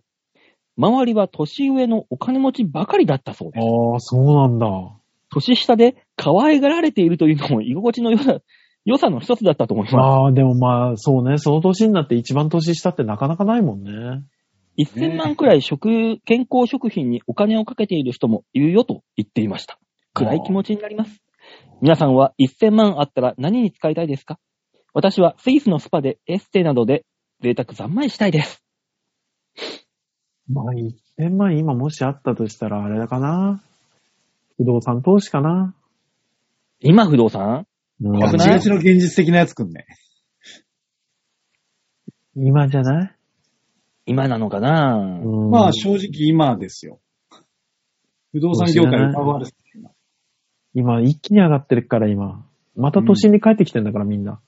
Speaker 2: 周りは年上のお金持ちばかりだったそうです。
Speaker 3: ああ、そうなんだ。
Speaker 2: 年下で可愛がられているというのも居心地の良さ、良さの一つだったと思います。
Speaker 3: ああ、でもまあ、そうね。その年になって一番年下ってなかなかないもんね。
Speaker 2: 1000万くらい食、健康食品にお金をかけている人もいるよと言っていました。 暗い気持ちになります。皆さんは1000万あったら何に使いたいですか私はスイスのスパでエステなどで贅沢三昧したいです。
Speaker 3: まあ、1000万今もしあったとしたらあれだかな。不動産投資かな。
Speaker 2: 今不動産
Speaker 3: うん
Speaker 4: ガ
Speaker 2: 怖く
Speaker 4: チ
Speaker 2: ない
Speaker 4: ガチの現実的なやつくんね。
Speaker 3: 今じゃない、
Speaker 2: 今なのかな、
Speaker 3: うん
Speaker 4: まあ正直今ですよ。不動産業界奪われてる
Speaker 3: 今、一気に上がってるから今。また都心に帰ってきてんだから、みんな。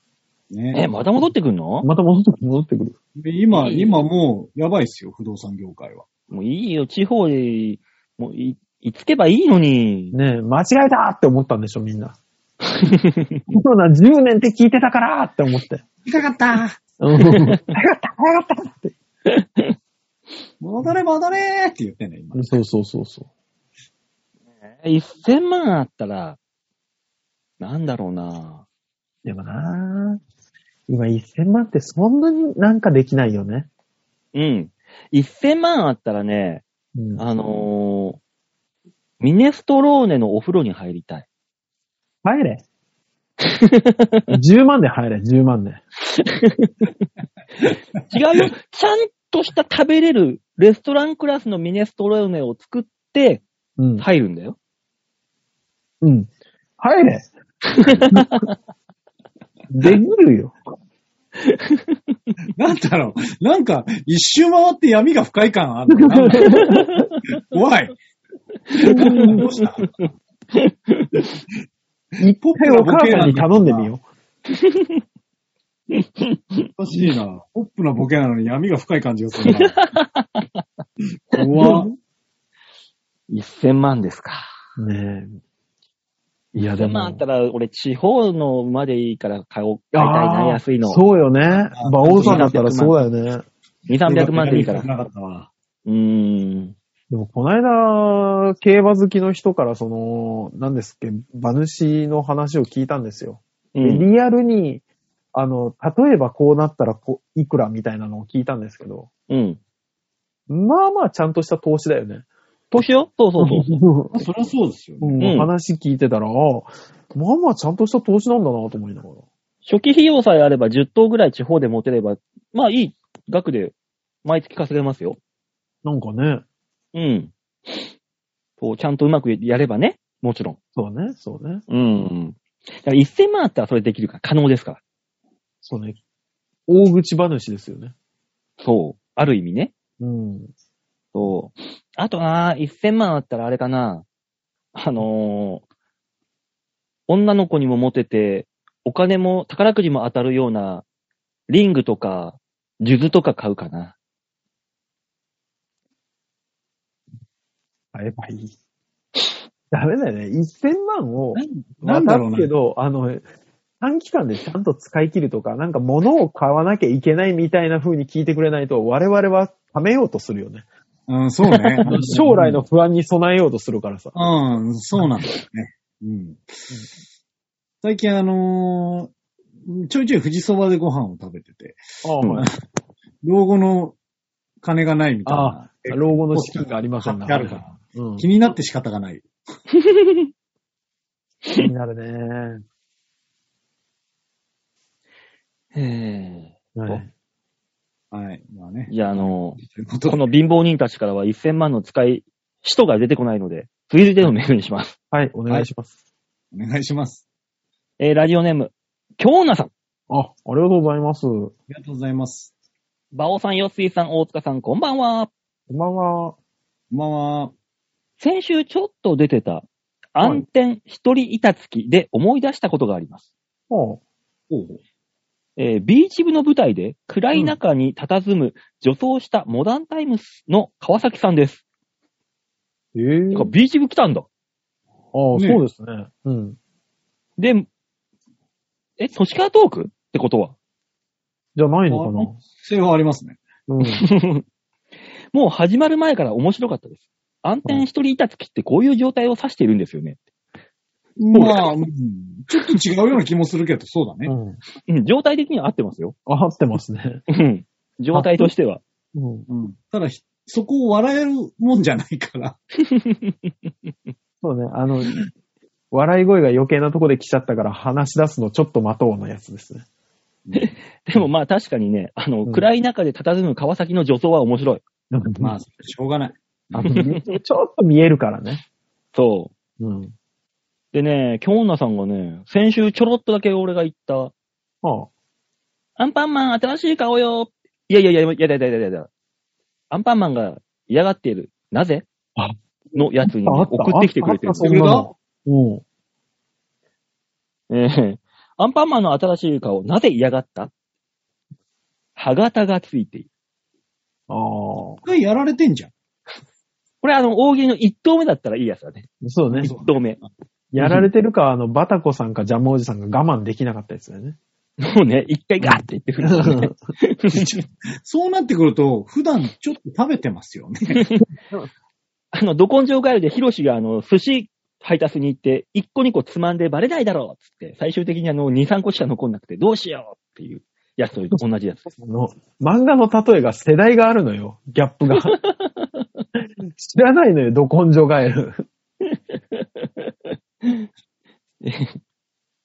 Speaker 2: え、
Speaker 4: ね。
Speaker 2: また戻ってくんの、
Speaker 3: また戻ってくる、戻ってくる。
Speaker 4: で今、今もうやばいっすよ、不動産業界は。
Speaker 2: もういいよ、地方で、もうい、いつけばいいのに。
Speaker 3: ねえ、間違えたって思ったんでしょ、みんな。そうな、10年って聞いてたからって思って。
Speaker 4: 近かった
Speaker 3: うん
Speaker 4: 戻れ戻れって言ってんね、今。
Speaker 3: そうそうそうそ
Speaker 2: 1000万あったら、なんだろうな
Speaker 3: う。でもなぁ今1000万ってそんなになんかできないよね。
Speaker 2: うん。1000万あったらね、
Speaker 3: うん、
Speaker 2: あのーミネストローネのお風呂に入りたい。
Speaker 3: 入れ。10万で入れ、10万で。
Speaker 2: 違う よ。ちゃんとした食べれるレストランクラスのミネストローネを作って
Speaker 3: うん。
Speaker 2: 入るんだよ。
Speaker 3: うん。入れ。できるよ。
Speaker 4: なんだろう、なんか一周回って闇が深い感あるのなんだ ろう怖い。どうした
Speaker 3: 一回お母さんに頼んでみよ
Speaker 4: おかしいな。ポップなボケなのに闇が深い感じがするな。怖っ
Speaker 2: 1000万ですか。
Speaker 3: う。ねえ。いやで
Speaker 2: 1000万あ
Speaker 3: も
Speaker 2: っ。たら、俺、地方の馬でいいから買おう、買いたいな、
Speaker 3: ー
Speaker 2: 安いの。
Speaker 3: そうよね。馬王さんだったらそうだよね。
Speaker 2: 2、300万でいいから。
Speaker 4: 闇が深なかったわ。
Speaker 2: うーん。
Speaker 3: でも、この間、競馬好きの人から、その、何ですっけ、馬主の話を聞いたんですよ。
Speaker 2: うん。
Speaker 3: リアルに、あの、例えばこうなったらこいくらみたいなのを聞いたんですけど、
Speaker 2: うん。
Speaker 3: まあまあちゃんとした投資だよね。
Speaker 2: 投資よそうそう そう。
Speaker 3: う
Speaker 4: そりゃそうですよ
Speaker 2: う
Speaker 3: ん
Speaker 4: ね。
Speaker 2: ん
Speaker 3: 話聞いてたら、あまあまあちゃんとした投資なんだなと思いながら。
Speaker 2: 初期費用さえあれば10頭ぐらい地方で持てれば、まあいい額で毎月稼げますよ。
Speaker 3: なんかね、
Speaker 2: うん。こう、ちゃんとうまくやればね。もちろん。
Speaker 3: そうね、そうね、
Speaker 2: うん。だから1000万あったらそれできるから、可能ですから。
Speaker 3: そうね。大口話ですよね。
Speaker 2: そう。ある意味ね。
Speaker 3: うん。
Speaker 2: そう。あとな、1000万あったらあれかな。あのー女の子にもモテて、お金も宝くじも当たるような、リングとか、数珠とか買うかな。
Speaker 3: 買えばいい。ダメだよね。1000万を
Speaker 4: なんだろ
Speaker 3: 渡
Speaker 4: うな
Speaker 3: すけど、あの、短期間でちゃんと使い切るとか、なんか物を買わなきゃいけないみたいな風に聞いてくれないと、我々は貯めようとするよね。。
Speaker 4: うん、そうね
Speaker 3: 将来の。不安に備えようとするからさ。
Speaker 4: うん、そうなんだよね。うん。最近あのーちょいちょい富士そばでご飯を食べてて、
Speaker 3: ああ、はい
Speaker 4: 老後の金がないみたいな。
Speaker 3: 老後の資金がありません
Speaker 4: 貼ってあるから。
Speaker 3: うん
Speaker 4: 気になって仕方がない。
Speaker 3: 気になるね。
Speaker 2: へえ。
Speaker 3: はい
Speaker 4: はい。まあね。
Speaker 2: じゃあ、あの
Speaker 4: というこ
Speaker 2: ー
Speaker 4: と
Speaker 2: こ
Speaker 4: で
Speaker 2: の貧乏人たちからは1000万の使い、使途が出てこないので、続いてのメールにします。
Speaker 3: はい、お願いします。
Speaker 4: お願いします。
Speaker 2: えーラジオネーム、京奈さん、
Speaker 3: あ、ありがとうございます。こ
Speaker 4: ありがとうございます。
Speaker 2: 馬尾さん、吉井さん、大塚さん、こんばんは。
Speaker 3: んばんは。
Speaker 4: こんばんは。
Speaker 2: 先週ちょっと出てた、暗転一人板付きで思い出したことがあります。
Speaker 3: おう
Speaker 4: おう
Speaker 2: えービーチ部の舞台で暗い中に佇む女装したモダンタイムスの川崎さんです。
Speaker 3: えぇ
Speaker 2: てかビーチ部来たんだ。
Speaker 3: ああ、そう
Speaker 4: ね
Speaker 3: ですね。うん。
Speaker 2: で、え、都市川トークってことは。
Speaker 3: じゃないのかな
Speaker 4: あ。性はありますね。
Speaker 3: うん。
Speaker 2: もう始まる前から面白かったです。暗転一人板付きってこういう状態を指しているんですよね。
Speaker 4: まあ、うんちょっと違うような気もするけど、そうだね。
Speaker 3: うん。
Speaker 2: うん、状態的には合ってますよ。
Speaker 3: あ、合ってますね。
Speaker 2: うん状態としては。
Speaker 3: うん。
Speaker 4: うん、ただ、ひそこを笑えるもんじゃないから。
Speaker 3: そうね、あの、笑い声が余計なとこで来ちゃったから話し出すのちょっと待とうのやつですね。
Speaker 2: でもまあ確かにね、あの、
Speaker 3: うん
Speaker 2: 暗い中で佇む川崎の女装は面白い。
Speaker 4: まあ、しょうがない。
Speaker 3: あのちょっと見えるからね。
Speaker 2: そう。
Speaker 3: うん。
Speaker 2: でね、京女さんがね、先週ちょろっとだけ俺が言った、
Speaker 3: ああ、
Speaker 2: アンパンマン新しい顔よ。いやいやいや、いやいやいやいやいやいやアンパンマンが嫌がっている。なぜ
Speaker 3: あ
Speaker 2: のやつにね、
Speaker 3: あった
Speaker 2: 送ってきてくれてる
Speaker 3: あった。そんなのうん。
Speaker 2: ええアンパンマンの新しい顔、なぜ嫌がった歯型がついている。
Speaker 3: ああ、
Speaker 4: 一回やられてんじゃん。
Speaker 2: これあの、大喜利の1投目だったらいいやつだね。
Speaker 3: そうね。
Speaker 2: 1投目。
Speaker 3: やられてるか、あの、バタコさんかジャムおじさんが我慢できなかったやつだよね。
Speaker 2: もうね、一回ガーって言ってくる、ね。
Speaker 4: そうなってくると、普段ちょっと食べてますよね。
Speaker 2: あの、ど根性ガエルでヒロシがあの、寿司配達に行って、一個二個つまんでバレないだろうっつって、最終的にあの、二三個しか残んなくて、どうしようっていうやつと同じやつ。
Speaker 3: あの漫画の例えが世代があるのよ、ギャッ プが。知らないのよ、ど根性ガエル。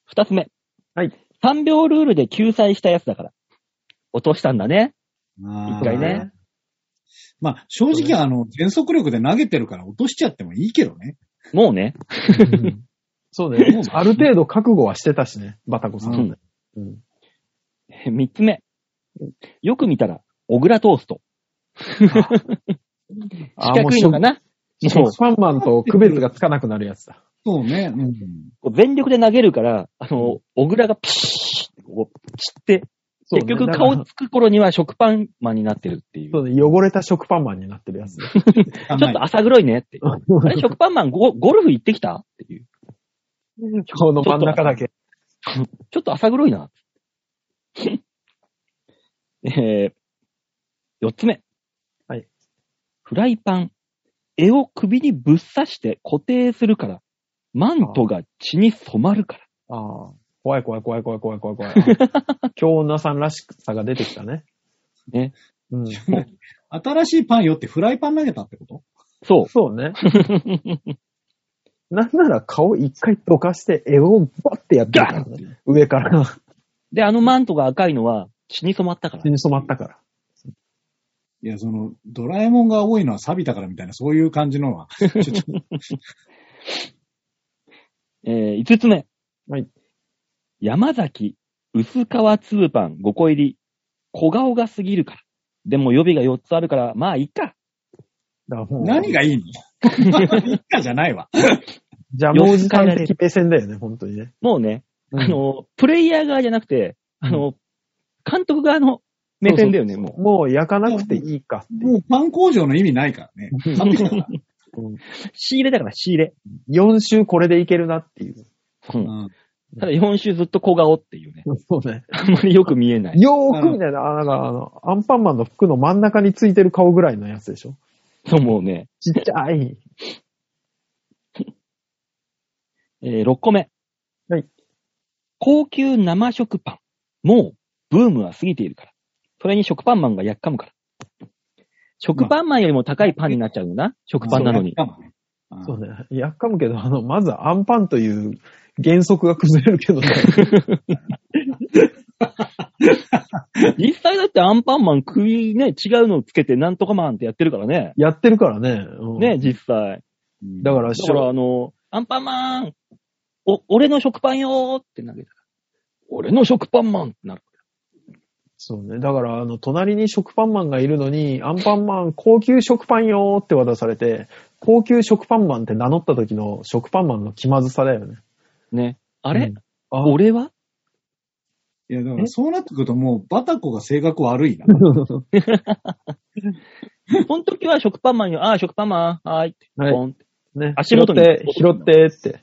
Speaker 2: 二つ目。
Speaker 3: はい。
Speaker 2: 三秒ルールで救済したやつだから。落としたんだね。
Speaker 4: 一
Speaker 2: 一回ね。。
Speaker 4: まあ、正直、あの、全速力で投げてるから落としちゃってもいいけどね。
Speaker 2: もうね。
Speaker 3: うんそうね。ある程度覚悟はしてたしね、バタコさんもね。うん
Speaker 2: え三つ目。よく見たら、小倉トースト。
Speaker 3: あ
Speaker 2: 四角いのかな
Speaker 3: 食
Speaker 2: もう
Speaker 3: パンマンと区別がつかなくなるやつだ。
Speaker 4: そうね。うん。
Speaker 2: こう全力で投げるから、あの、小倉がピシーってこう、散って、
Speaker 3: そう
Speaker 2: 結
Speaker 3: ね
Speaker 2: 局
Speaker 3: だから
Speaker 2: 顔つく頃には食パンマンになってるっていう。
Speaker 3: そうね、汚れた食パンマンになってる やつだ。
Speaker 4: ち
Speaker 2: ちょっと朝黒いねって。あ れ、食パンマンゴゴルフ行ってきたっていう。
Speaker 3: 顔の真ん中だけ。
Speaker 2: ちょっと朝黒いな。 えー、四つ目。
Speaker 3: はい。
Speaker 2: フライパン。絵を首にぶっ刺して固定するから、マントが血に染まるから。
Speaker 3: ああ。怖い怖い怖い怖い怖い怖 い怖い。京女さんらしさが出てきたね。
Speaker 2: ね。
Speaker 3: うん。
Speaker 4: 新しいパンよってフライパン投げたってこと
Speaker 2: そう。
Speaker 3: そう ね。なんなら顔一回どかして、絵をバッてやってるからね上から。
Speaker 2: で、あのマントが赤いのは血に染まったから
Speaker 3: 血。に染まったから。
Speaker 4: いや、その、ドラえもんが多いのは錆びたからみたいな、そういう感じ のは。ちょっと
Speaker 2: えー、5つ目。
Speaker 3: はい。
Speaker 2: 山崎、薄皮粒パン5個入り。小顔が過ぎるから。でも予備が4つあるから、まあいいか。
Speaker 3: だからもう
Speaker 4: 何がいいのいいかじゃないわ。
Speaker 3: ジャムおじさん的目線だよね、本当にね。
Speaker 2: もうね、
Speaker 3: うん
Speaker 2: あの、プレイヤー側じゃなくて、あの、監督側の目線だよね、もう。
Speaker 3: もう焼かなくていいか。
Speaker 4: もうパン工場の意味ないからね。錆びたから。
Speaker 2: 仕入れだから仕入れ。
Speaker 3: 4週これでいけるなっていう。
Speaker 2: うん
Speaker 4: うん
Speaker 2: ただ4週ずっと小顔っていうね。
Speaker 3: そう ね。
Speaker 2: あんまりよく見えない。
Speaker 3: よーくみたいな、あなんかあの、アンパンマンの服の真ん中についてる顔ぐらいのやつでしょ。
Speaker 2: そう、もうね。
Speaker 3: ちっちゃい。
Speaker 2: えー、6個目。
Speaker 3: はい。
Speaker 2: 高級生食パン。もう、ブームは過ぎているから。それに食パンマンがやっかむから。食パンマンよりも高いパンになっちゃうのな。食パンなのに。
Speaker 4: そうやったもんねうん
Speaker 3: そうね。やっかむけど、あの、まずアンパンという原則が崩れるけどね。
Speaker 2: 実際だってアンパンマン首ね、違うのをつけてなんとかマンってやってるからね。
Speaker 3: やってるからね。うん
Speaker 2: ね、実際。
Speaker 4: うん
Speaker 3: だから、
Speaker 2: だからあの、アンパンマンお、俺の食パンよーって投げたら。俺の食パンマンってなる。
Speaker 3: そうね。だから、あの、隣に食パンマンがいるのに、アンパンマン、高級食パンよーって渡されて、高級食パンマンって名乗った時の食パンマンの気まずさだよね。
Speaker 2: ね。あ
Speaker 3: あ
Speaker 2: れ、
Speaker 3: あ、
Speaker 2: 俺はい
Speaker 4: や、だか
Speaker 3: え
Speaker 4: らそうなってくるともう、バタコが性格悪い な。
Speaker 2: その時は食パンマンよ、ああ、食パンマン、はーいって。
Speaker 3: はい
Speaker 2: ポンって
Speaker 3: ね、
Speaker 2: 足元に
Speaker 3: 拾って、拾ってって、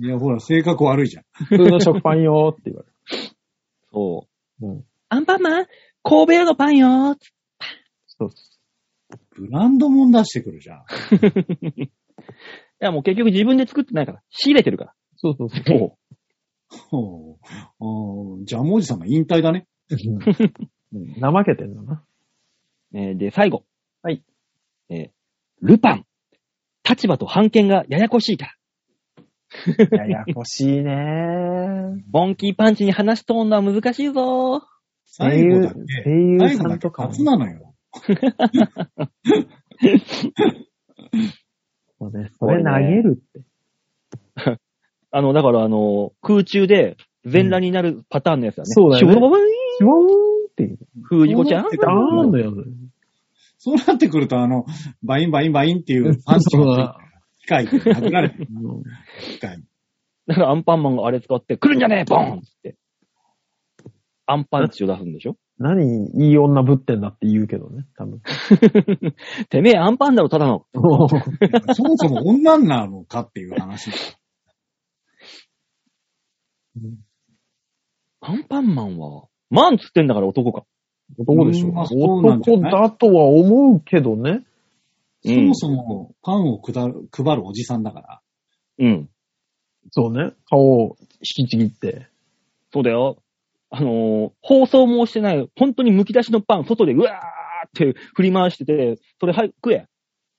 Speaker 4: いや、ほら、性格悪いじゃん。
Speaker 3: 普通の食パンよーって言わ
Speaker 2: そう。
Speaker 3: れる。うん。
Speaker 2: アンパンマン、神戸屋のパンよーっつ
Speaker 3: そう
Speaker 4: ブランドもん出してくるじゃん。
Speaker 2: いや、もう結局自分で作ってないから。仕入れてるか
Speaker 3: そうそうそう
Speaker 2: ら。も
Speaker 4: ほうおージャムおじさんが引退だね。
Speaker 3: うん。怠けてんだな。
Speaker 2: う。 えーで、最後。
Speaker 3: はい。
Speaker 2: えールパン。立場と判権がややこしいから。
Speaker 3: ややこしいね ー。
Speaker 2: ボンキーパンチに話し通んのは難しいぞー。
Speaker 3: 声
Speaker 4: 最後
Speaker 3: 優
Speaker 4: だっ、
Speaker 3: 声
Speaker 4: け。
Speaker 3: 優
Speaker 4: 最
Speaker 3: さ
Speaker 4: 後だ
Speaker 3: ん
Speaker 4: っ
Speaker 3: と
Speaker 4: け。
Speaker 3: かも
Speaker 4: 初なのよ。
Speaker 3: そうね。それ投げるって。
Speaker 2: あの、だから、あの、空中で全裸になるパターンのやつだね。
Speaker 3: そうだよね
Speaker 2: シュボボボイーン
Speaker 3: シュワーンっていう。
Speaker 2: 風にこちゃん
Speaker 4: そうなって
Speaker 3: ダ
Speaker 4: た
Speaker 3: ーンのやつ。
Speaker 4: そうなってくると、あの、バインバインバインっていうパンチが機械で殴られてる
Speaker 3: うん
Speaker 4: 機械。
Speaker 2: だからアンパンマンがあれ使って、来るんじゃねえボーンっつって。アンパンチを出すんでしょ
Speaker 3: 何、いい女ぶってんだって言うけどね、多分。
Speaker 2: てめえアンパンだろ、ただの。
Speaker 4: そもそも女なのかっていう話。
Speaker 2: アンパンマンは、マンっつってんだから男か。
Speaker 3: 男でしょ
Speaker 4: うんまあそうなんじゃ
Speaker 3: 男
Speaker 4: ない
Speaker 3: だとは思うけどね。
Speaker 2: う
Speaker 4: そ
Speaker 2: ん
Speaker 4: もそもパンをくだる配るおじさんだから。
Speaker 2: うん。
Speaker 3: そうね。顔を引きちぎって。
Speaker 2: そうだよ。あのー放送もしてない、本当に剥き出しのパン、外でうわーって振り回してて、それ、はい、食えっ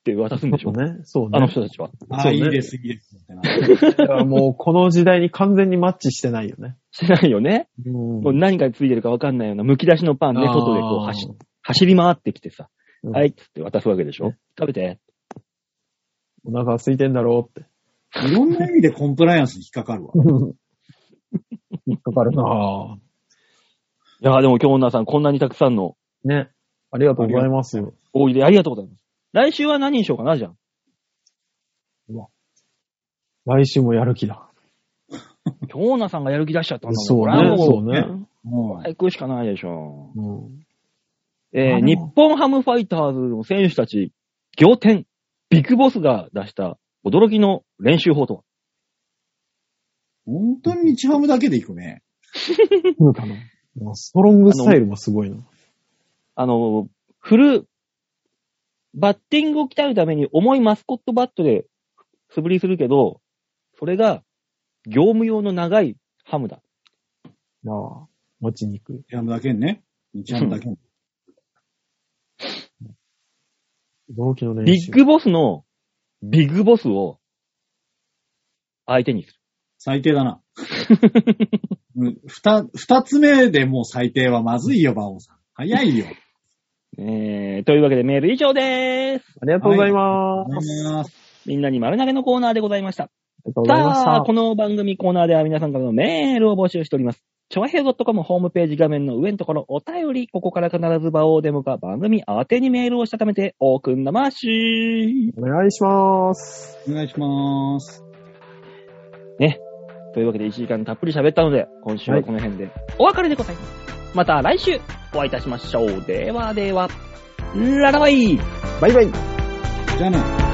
Speaker 2: て渡すんでし
Speaker 3: そ
Speaker 2: ょ
Speaker 3: う。ね。そう
Speaker 2: あの
Speaker 3: ね。
Speaker 2: 人たちは。
Speaker 4: あ
Speaker 3: そ
Speaker 4: あ、
Speaker 3: うね
Speaker 4: いいです、いいです。みたいな
Speaker 3: だからもうこの時代に完全にマッチしてないよね。
Speaker 2: してないよね。
Speaker 3: うん
Speaker 2: もう何がついてるかわかんないような剥き出しのパンね、外でこう走っ走り回ってきてさ、
Speaker 3: うん
Speaker 2: はいっつって渡すわけでしょ食べて。
Speaker 3: お腹空いてんだろうって。
Speaker 4: いろんな意味でコンプライアンスに引っかかるわ。
Speaker 3: 引っかかるなぁ。
Speaker 2: いやーでも今日女さんこんなにたくさんの
Speaker 3: ね。ありがとうございますよ。
Speaker 2: 大入れありがとうございます。来週は何にしようかな、じゃあ。
Speaker 3: 来週もやる気だ。
Speaker 2: 今日女さんがやる気出しちゃったんだもん
Speaker 3: そう
Speaker 2: これは
Speaker 3: ね。
Speaker 2: も
Speaker 3: そうね。
Speaker 4: もう、
Speaker 2: 行くしかないでしょ。
Speaker 3: うん
Speaker 2: え
Speaker 4: あ
Speaker 2: ー、
Speaker 4: でも
Speaker 2: 日本ハムファイターズの選手たち、仰天、ビッグボスが出した驚きの練習法とは。
Speaker 4: 本当に日ハムだけで行くね。
Speaker 3: そうかな。もうストロングスタイルもすごいな。
Speaker 2: あの、振る、バッティングを鍛えるために重いマスコットバットで素振りするけど、それが業務用の長いハムだ。
Speaker 3: まあ、持ちにくい。
Speaker 4: 日ハムだけにね。日ハムだけに。
Speaker 3: 同期の練
Speaker 2: ビ
Speaker 3: 習。
Speaker 2: ッグボスの、ビッグボスを、相手にする。
Speaker 4: 最低だな。うん二、二つ目でもう最低はまずいよ、馬王さん。早いよ。
Speaker 2: えー、というわけでメール以上でーす。
Speaker 3: ありがとうございます。あ
Speaker 4: は
Speaker 2: みんなに丸投げのコーナーでございました。
Speaker 3: りがとうございまし
Speaker 2: さあ、
Speaker 3: た
Speaker 2: こ。の番組コーナーでは皆さんからのメールを募集しております。ちょわへよ .com ホームページ画面の上のところ、お便り、ここから必ず場をデモか番組宛てにメールをしたためて、オーくんまし
Speaker 3: お願いします。
Speaker 4: お願いします。
Speaker 2: というわけで1時間たっぷり喋ったので、今週はこの辺でお別れでございます。また来週お会いいたしましょう。ではでは、ララバイ
Speaker 3: バイバイ。
Speaker 4: じゃあね。